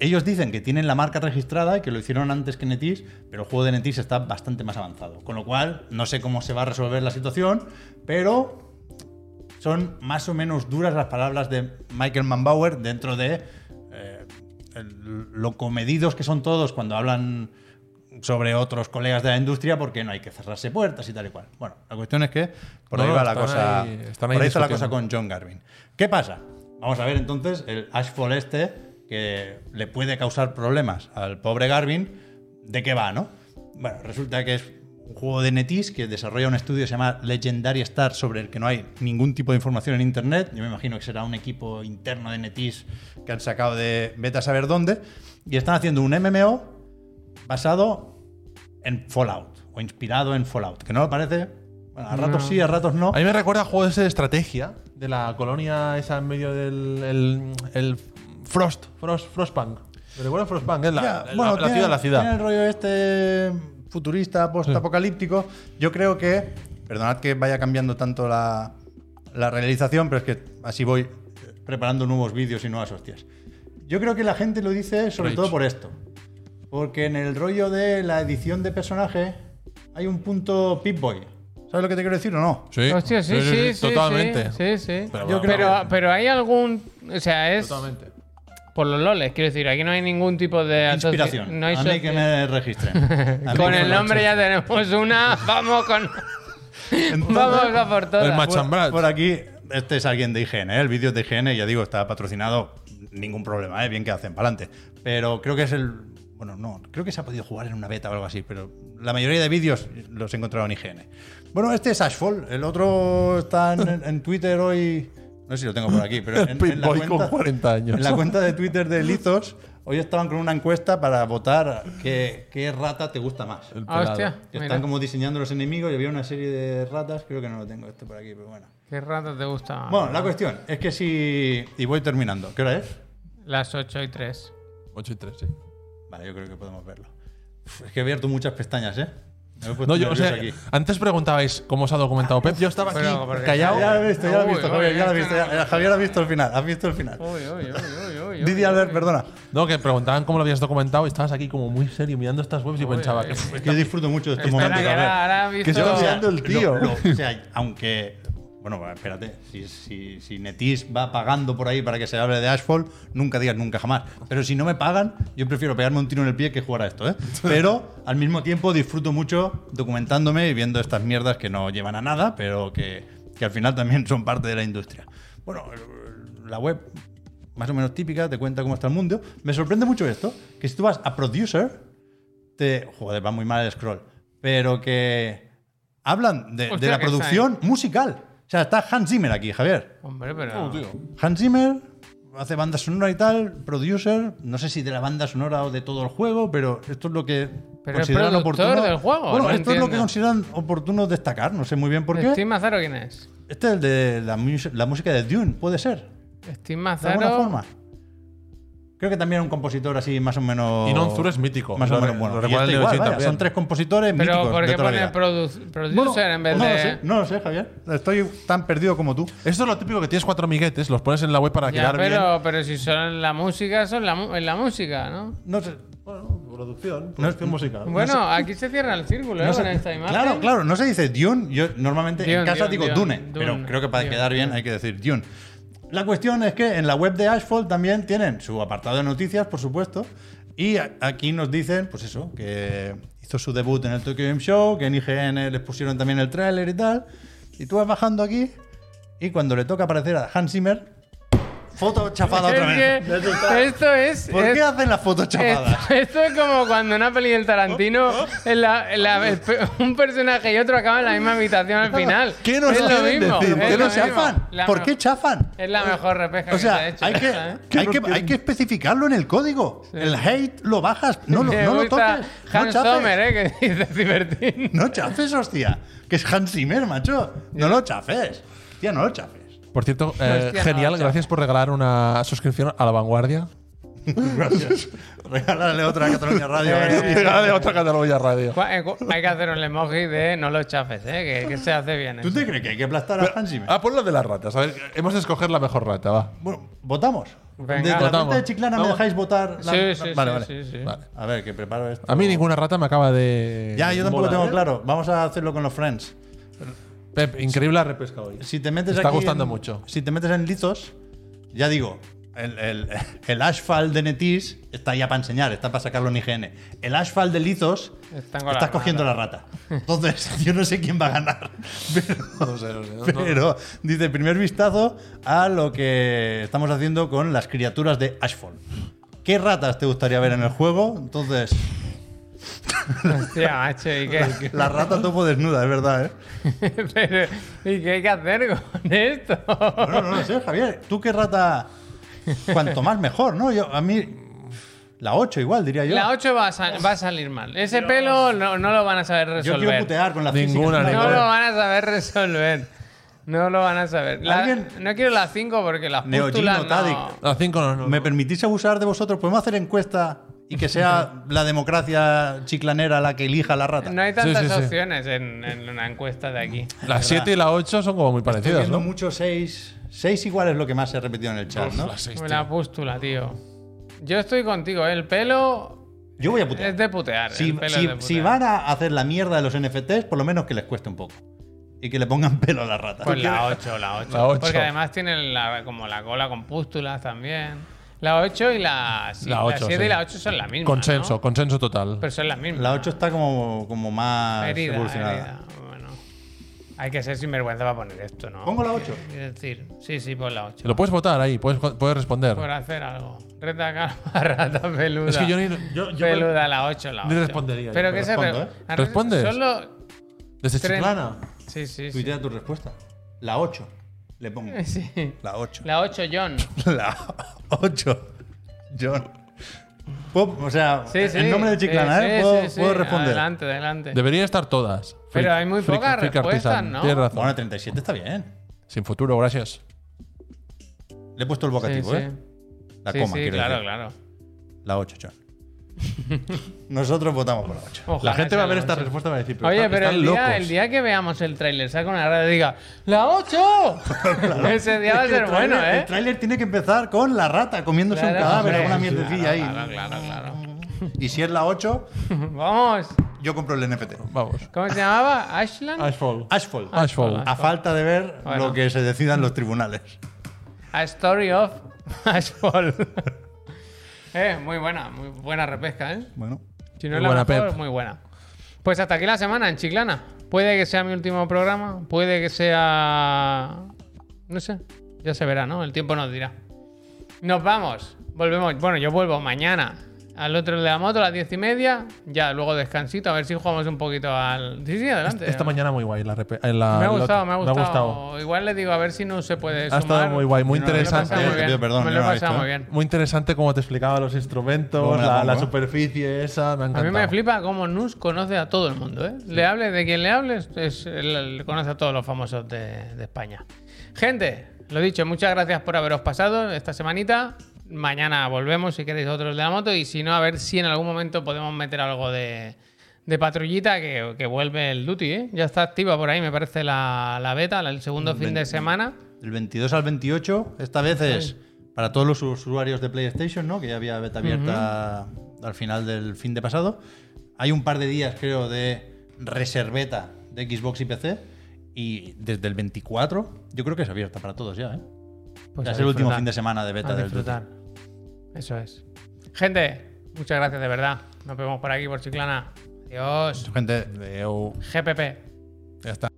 C: ellos dicen que tienen la marca registrada y que lo hicieron antes que Netis, pero el juego de Netis está bastante más avanzado. Con lo cual, no sé cómo se va a resolver la situación, pero son más o menos duras las palabras de Michael Manbauer dentro de eh, el- lo comedidos que son todos cuando hablan sobre otros colegas de la industria porque no hay que cerrarse puertas y tal y cual. Bueno, la cuestión es que por
A: No,
C: ahí va la
A: están
C: cosa.
A: ahí- están ahí
C: por ahí está la cosa
A: discutiendo.
C: con John Garvin. ¿Qué pasa? Vamos a ver entonces el Ashfall este que le puede causar problemas al pobre Garvin. ¿De qué va, no? Bueno, resulta que es un juego de Netis que desarrolla un estudio que se llama Legendary Star sobre el que no hay ningún tipo de información en internet. Yo me imagino que será un equipo interno de Netis que han sacado de beta a saber dónde. Y están haciendo un MMO basado en Fallout o inspirado en Fallout. Que no lo parece. Bueno, a ratos
B: No.
C: sí, a ratos no.
A: A mí me recuerda a juegos de estrategia de la colonia esa en medio del el, el Frost, Frost, Frostpunk. Me recuerda a Frostpunk, es la,
C: Ya,
A: la-
C: bueno,
A: la
C: tiene-
A: ciudad, la
C: tiene
A: ciudad.
C: el rollo este futurista, post-apocalíptico. Yo creo que, perdonad que vaya cambiando tanto la, la realización, pero es que así voy preparando nuevos vídeos y nuevas hostias. Yo creo que la gente lo dice sobre
A: Rich.
C: todo por esto. Porque en el rollo de la edición de personaje hay un punto Pip-Boy. ¿Sabes lo que te quiero decir o no?
A: Sí,
B: Hostia, sí, sí, sí, sí,
A: totalmente.
B: Sí, sí.
A: Pero
B: Pero,
A: vamos.
B: pero, hay algún... O sea, es
A: Totalmente.
B: por los loles, quiero decir. Aquí no hay ningún tipo de... asoci-
C: Inspiración.
B: No hay
C: a mí
B: soci-
C: que me registren. A mí
B: Con
C: que me
B: el
C: lo
B: nombre ya
C: echen.
B: tenemos una. Vamos con...
C: Entonces-
B: Vamos a por todas.
A: El macho.
C: por,
A: Chambrat.
C: por aquí, este es alguien de IGN, ¿eh? el vídeo es de IGN, ya digo, está patrocinado, ningún problema, ¿eh? bien que hacen, para adelante. Pero creo que es el. Bueno, no, creo que se ha podido jugar en una beta o algo así, pero la mayoría de vídeos los he encontrado en IGN. Bueno, este es Ashfall, el otro está en, en- en Twitter hoy. No sé si lo tengo por aquí, pero
A: El
C: en,
A: Pip
C: en la
A: Boy
C: cuenta,
A: con 40 años.
C: en la cuenta de Twitter de Lizos, hoy estaban con una encuesta para votar qué, qué rata te gusta más.
B: Ah, hostia.
C: Que
B: mira.
C: están como diseñando los enemigos y había una serie de ratas, creo que no lo tengo esto por aquí, pero bueno.
B: ¿Qué rato te gusta?
A: Ah,
C: Bueno, la cuestión es que si... Y voy terminando. ¿Qué hora es?
B: Las 8 y 3.
A: 8 y 3, sí.
C: Vale, yo creo que podemos verlo. Uf, es que he abierto muchas pestañas, ¿eh? Me he puesto
A: No, yo, o
C: nervioso
A: sea,
C: aquí.
A: antes preguntabais cómo os ha documentado Pep. Yo estaba aquí
B: Pero, porque-
A: callado.
C: Ya lo he visto, ya lo he
B: Uy,
C: visto,
B: uy,
C: Javier, ya lo he
B: esto
C: visto.
B: no-
C: ya- Javier ha visto el final, has visto el final.
B: Uy, uy, uy, uy, uy, uy,
C: Didi
B: uy,
C: Albert,
B: uy.
C: perdona.
A: No, que preguntaban cómo lo habías documentado y estabas aquí como muy serio mirando estas webs y pensaba
B: uy,
A: que.
B: uy.
C: Es que yo disfruto mucho de estos
B: Espera,
C: momentos.
B: que ahora-
C: Javier.
B: ahora ha
C: Que
B: visto-
C: o sea,
A: mirando el
C: lo-
A: tío.
C: lo- o sea, aunque Bueno, va, espérate, si, si, si Netis va pagando por ahí para que se hable de Ashfall, nunca digas nunca jamás. Pero si no me pagan, yo prefiero pegarme un tiro en el pie que jugar a esto, ¿eh? Pero al mismo tiempo disfruto mucho documentándome y viendo estas mierdas que no llevan a nada, pero que, que al final también son parte de la industria. Bueno, la web más o menos típica, te cuenta cómo está el mundo. Me sorprende mucho esto, que si tú vas a producer, te... Joder, va muy mal el scroll. Pero que hablan de, de
B: Hostia,
C: la
B: que
C: producción musical. O sea, está Hans Zimmer aquí, Javier.
B: Hombre, pero.
C: Oh,
A: No, tío.
C: Hans Zimmer hace banda sonora y tal, producer, no sé si de la banda sonora o de todo el juego, pero esto es lo que
B: Pero es productor del juego,
C: Bueno,
B: no
C: esto es lo que
B: entiendo.
C: consideran oportuno destacar, no sé muy bien por qué.
B: Steve Mazaro, ¿quién es?
C: Este es el de la, mus- la música de Dune, puede ser.
B: Steve
C: De alguna
B: Mazaro.
C: forma. Creo que también era un compositor así más o menos.
A: Y Inon Zur es mítico.
C: Más o
A: Lo-
C: menos
A: lo
C: bueno. Y este
A: recuerda el de
C: igual,
A: 80
C: vaya,
A: también.
C: son tres compositores
B: Pero
C: míticos
B: ¿por
C: de
B: qué
C: toda la
B: pone
C: vida.
B: produ- producer
C: Bueno,
B: en vez
C: no
B: de.
C: lo sé, no lo sé, Javier. Estoy tan perdido como tú.
A: Esto es lo típico que tienes cuatro amiguetes, los pones en la web para
B: Ya,
A: quedar bien.
B: pero, pero si son la música, son la, mu- en la música, ¿no?
C: No sé.
A: Bueno, producción,
C: producción
A: musical.
B: Bueno, aquí se cierra el círculo,
C: No
B: ¿eh?
C: sé-
B: Con esta imagen.
C: Claro, claro, no se dice Dune. Yo normalmente
B: Dune,
C: en casa
B: Dune,
C: digo
B: Dune,
C: Dune,
B: Dune,
C: pero creo que para
B: Dune,
C: quedar bien hay que decir Dune. La cuestión es que en la web de Ashfall también tienen su apartado de noticias, por supuesto, y a- aquí nos dicen, pues eso, que hizo su debut en el Tokyo Game Show, que en IGN les pusieron también el tráiler y tal, y tú vas bajando aquí y cuando le toca aparecer a Hans Zimmer, foto chafada otra vez.
B: Es que esto es.
C: ¿Por
B: es-
C: qué hacen las fotos chafadas?
B: Esto, esto es como cuando en una peli del Tarantino
C: Oh,
B: en la- en la- el pe- un personaje y otro acaban en la misma habitación al final.
A: ¿Qué nos
B: es lo
A: quieren
B: mismo.
A: decir?
B: es
C: ¿Por qué
B: lo
C: no
B: mismo.
C: chafan?
B: La
C: ¿Por qué
B: mejor-
C: chafan?
B: Es la mejor repeja
C: O
B: que
C: sea,
B: se ha
C: hay
B: hecho.
C: que,
B: esa, ¿eh?
C: hay, que, hay que especificarlo en el código. El hate lo bajas, no, lo-
B: Me
C: no lo
B: gusta
C: toques. No
B: Hans
C: chafes.
B: Sommer, ¿eh? Que dice divertido.
C: No chafes, hostia. Que es Hans Zimmer, macho. No lo chafes. Tía, no lo chafes.
A: Por cierto, eh,
B: Hostia, no,
A: genial,
B: chaval.
A: gracias por regalar una suscripción a La Vanguardia.
C: Gracias. Regálale otra a Cataluña Radio. a ver si-
A: Regálale otra Cataluña Radio.
B: Cu- eh, cu- Hay que hacer un emoji de no lo chafes, ¿eh? que, que se hace bien.
C: ¿Tú
B: eso.
C: te crees que hay que aplastar a Hans Zimmer?
A: Ah, pon lo de las ratas. A ver, hemos de escoger la mejor rata, va.
C: Bueno, votamos.
B: Venga.
C: Desde la
A: Votamos.
C: cuenta de Chiclana me
A: Vamos.
C: dejáis votar. la-
B: Sí, sí,
C: vale,
B: sí,
C: vale.
B: sí, sí.
A: Vale.
C: A ver, que preparo esto.
A: A mí ninguna rata me acaba de.
C: Ya, yo tampoco
A: molar.
C: tengo claro. Vamos a hacerlo con los friends.
A: Pep, increíble la repesca hoy.
C: Si te metes
A: Me está
C: aquí
A: gustando
C: en-
A: mucho.
C: Si te metes en Lizos, ya digo, el, el, el asphalt de Netis está ya para enseñar, está para sacarlo en IGN. El asphalt de Lizos
B: Están con la
C: estás
B: rata.
C: cogiendo la rata. Entonces, yo no sé quién va a ganar. Pero,
A: sé, no sé, no-
C: pero dice, primer vistazo a lo que estamos haciendo con las criaturas de Ashfall. ¿Qué ratas te gustaría ver en el juego? Entonces,
B: Hostia, macho, ¿y qué,
C: la rata topo desnuda, es verdad, ¿eh?
B: pero- ¿y qué hay que hacer con esto?
C: Bueno, no lo sé, Javier. ¿Tú qué rata? Cuanto más mejor, ¿no? Yo, a mí. La 8 igual, diría yo.
B: La 8 va a, sal- va a salir mal. Ese pelo no, no lo van a saber
C: yo quiero
B: resolver.
C: putear con la
A: Ninguna,
C: física.
A: ninguna.
B: No lo van a saber resolver. No lo van a saber. La-
C: ¿Alguien?
B: no quiero la 5 porque las
C: Neogino,
B: pústulas no...
C: Tadic.
A: A cinco no, no.
C: ¿Me permitís abusar de vosotros? ¿Podemos hacer encuesta y que sea la democracia chiclanera la que elija la rata?
B: No hay tantas
A: Sí, sí, sí.
B: opciones en, en una encuesta de aquí.
A: Las 7 y la 8 son como muy
C: Estoy
A: parecidas,
C: viendo
A: ¿no?
C: mucho 6. 6 igual es lo que más se ha repetido en el chat, ¿no?
A: Las seis,
B: Me
A: tío.
B: La pústula, tío. Yo estoy contigo. ¿eh? El pelo
C: Yo voy a putear.
B: es de putear.
C: Si,
B: el pelo
C: si-
B: es de putear.
C: si van a hacer la mierda de los NFTs, por lo menos que les cueste un poco. Y que le pongan pelo a la rata.
B: Pues la 8, la 8.
A: La ocho.
B: Porque además tienen la- como la cola con pústulas también. La 8 y la, sí,
A: La
B: la
A: ocho,
B: 7
A: sí.
B: y la 8 son las mismas.
A: Consenso,
B: ¿no?
A: consenso total.
B: Pero son las mismas.
C: La 8 está como, como más
B: herida,
C: evolucionada.
B: herida. Bueno. Hay que ser sinvergüenza para poner esto, ¿no?
C: Pongo la ocho.
B: Es decir, sí, sí, pon la 8.
A: Lo puedes votar ahí, puedes, puedes responder.
B: Por hacer algo. Reta calma, rata peluda.
A: Es que yo ni- yo- yo-
B: peluda, la 8, la
A: ni
B: 8.
A: respondería yo,
B: Pero
A: pero
B: que se
C: respondo,
B: re-
C: ¿eh?
B: a-
A: ¿Respondes?
B: Solo.
A: Desde
B: Tren.
A: Chiclana.
B: Sí, sí, sí.
C: Tuitea tu respuesta. La 8. Le pongo.
B: Eh, Sí.
C: La 8.
B: La 8, John.
C: La 8. John. Puedo- o sea,
B: Sí, sí.
C: el nombre de
B: sí,
C: Chiclana,
B: sí,
C: ¿eh? Puedo,
B: sí, sí.
C: puedo responder.
B: Adelante, adelante.
A: Deberían estar todas.
B: Pero hay muy pocas respuestas, ¿no?
A: Tienes razón.
C: Bueno, 37 está bien.
A: Sin futuro, gracias.
C: Le he puesto el
B: Sí,
C: vocativo,
B: sí.
C: ¿eh? La
B: Sí,
C: coma,
B: sí,
C: quiero
B: claro,
C: decir.
B: claro.
C: La 8, John. Nosotros votamos por la 8.
B: Ojalá
A: la gente va a
B: sea
A: ver
B: la
A: esta
B: ocho.
A: respuesta y va a decir, pero
B: Oye,
A: están-
B: pero
A: están
B: el día,
A: locos.
B: el día que veamos el tráiler, saca una rata y diga ¡La 8! Ese día va a ser
C: El
B: bueno,
C: tráiler-
B: ¿eh?
C: El tráiler tiene que empezar con la rata comiéndose
B: Claro,
C: un cadáver o
B: hombre,
C: una mierdecilla
B: Claro,
C: ahí.
B: claro, claro.
C: Y si es la 8,
B: Vamos.
C: yo compro el NFT.
A: Vamos.
B: ¿Cómo se llamaba? ¿Ashland?
A: Ashfall.
C: Ashfall.
A: Ashfall.
C: A falta de ver
B: Bueno.
C: lo que se decidan los tribunales.
B: A Story of Ashfall. eh, muy buena, muy buena repesca, ¿eh?
C: Bueno.
B: Si no
A: Muy
B: es la
A: buena,
B: mejor,
A: Pep.
B: muy buena. Pues hasta aquí la semana en Chiclana. Puede que sea mi último programa, puede que sea. No sé, ya se verá, ¿no? El tiempo nos dirá. Nos vamos, volvemos. Bueno, yo vuelvo mañana al otro de la moto a las diez y media. Ya, luego descansito, a ver si jugamos un poquito al. Sí, sí, adelante.
A: Esta Este, mañana muy guay la, repe- eh, la-
B: Me ha
A: la-
B: gustado, me ha gustado.
A: Me ha gustado.
B: Igual le digo a ver si no se puede.
A: Ha estado muy guay, muy
C: Yo no lo había
A: interesante.
C: pasado.
B: Me
C: Te pido perdón,
B: me
C: yo
B: lo he
C: no lo he
B: pasado
C: visto,
B: muy
C: ¿eh?
B: bien.
A: Muy interesante cómo te explicaba los instrumentos,
C: Luego me la
A: la,
C: pongo,
A: la
C: ¿eh?
A: superficie esa, me ha
B: A mí
A: encantado.
B: me flipa cómo Nus conoce a todo el mundo, ¿eh? Le hable de quien le hables, es, él conoce a todos los famosos de, de España. Gente, lo dicho, muchas gracias por haberos pasado esta semanita. Mañana volvemos si queréis otros de la moto y si no, a ver si en algún momento podemos meter algo de, de patrullita que, que vuelve el duty, ¿eh? Ya está activa por ahí, me parece, la, la beta, la- el segundo
C: Mm,
B: fin de semana.
C: Del 22 al 28, esta vez es para todos los usuarios de PlayStation, ¿no? Que ya había beta abierta al final del fin de pasado. Hay un par de días, creo, de reserveta de Xbox y PC. Y desde el 24, yo creo que es abierta para todos ya, ¿eh?
B: Pues
C: ya
B: a
C: es el último
B: disfrutar.
C: fin de semana de beta
B: a
C: del Duty.
B: disfrutar. Eso es. Gente, muchas gracias de verdad. Nos vemos por aquí, por Chiclana. Adiós.
C: Gente, adeu.
B: GPP.
A: Ya está.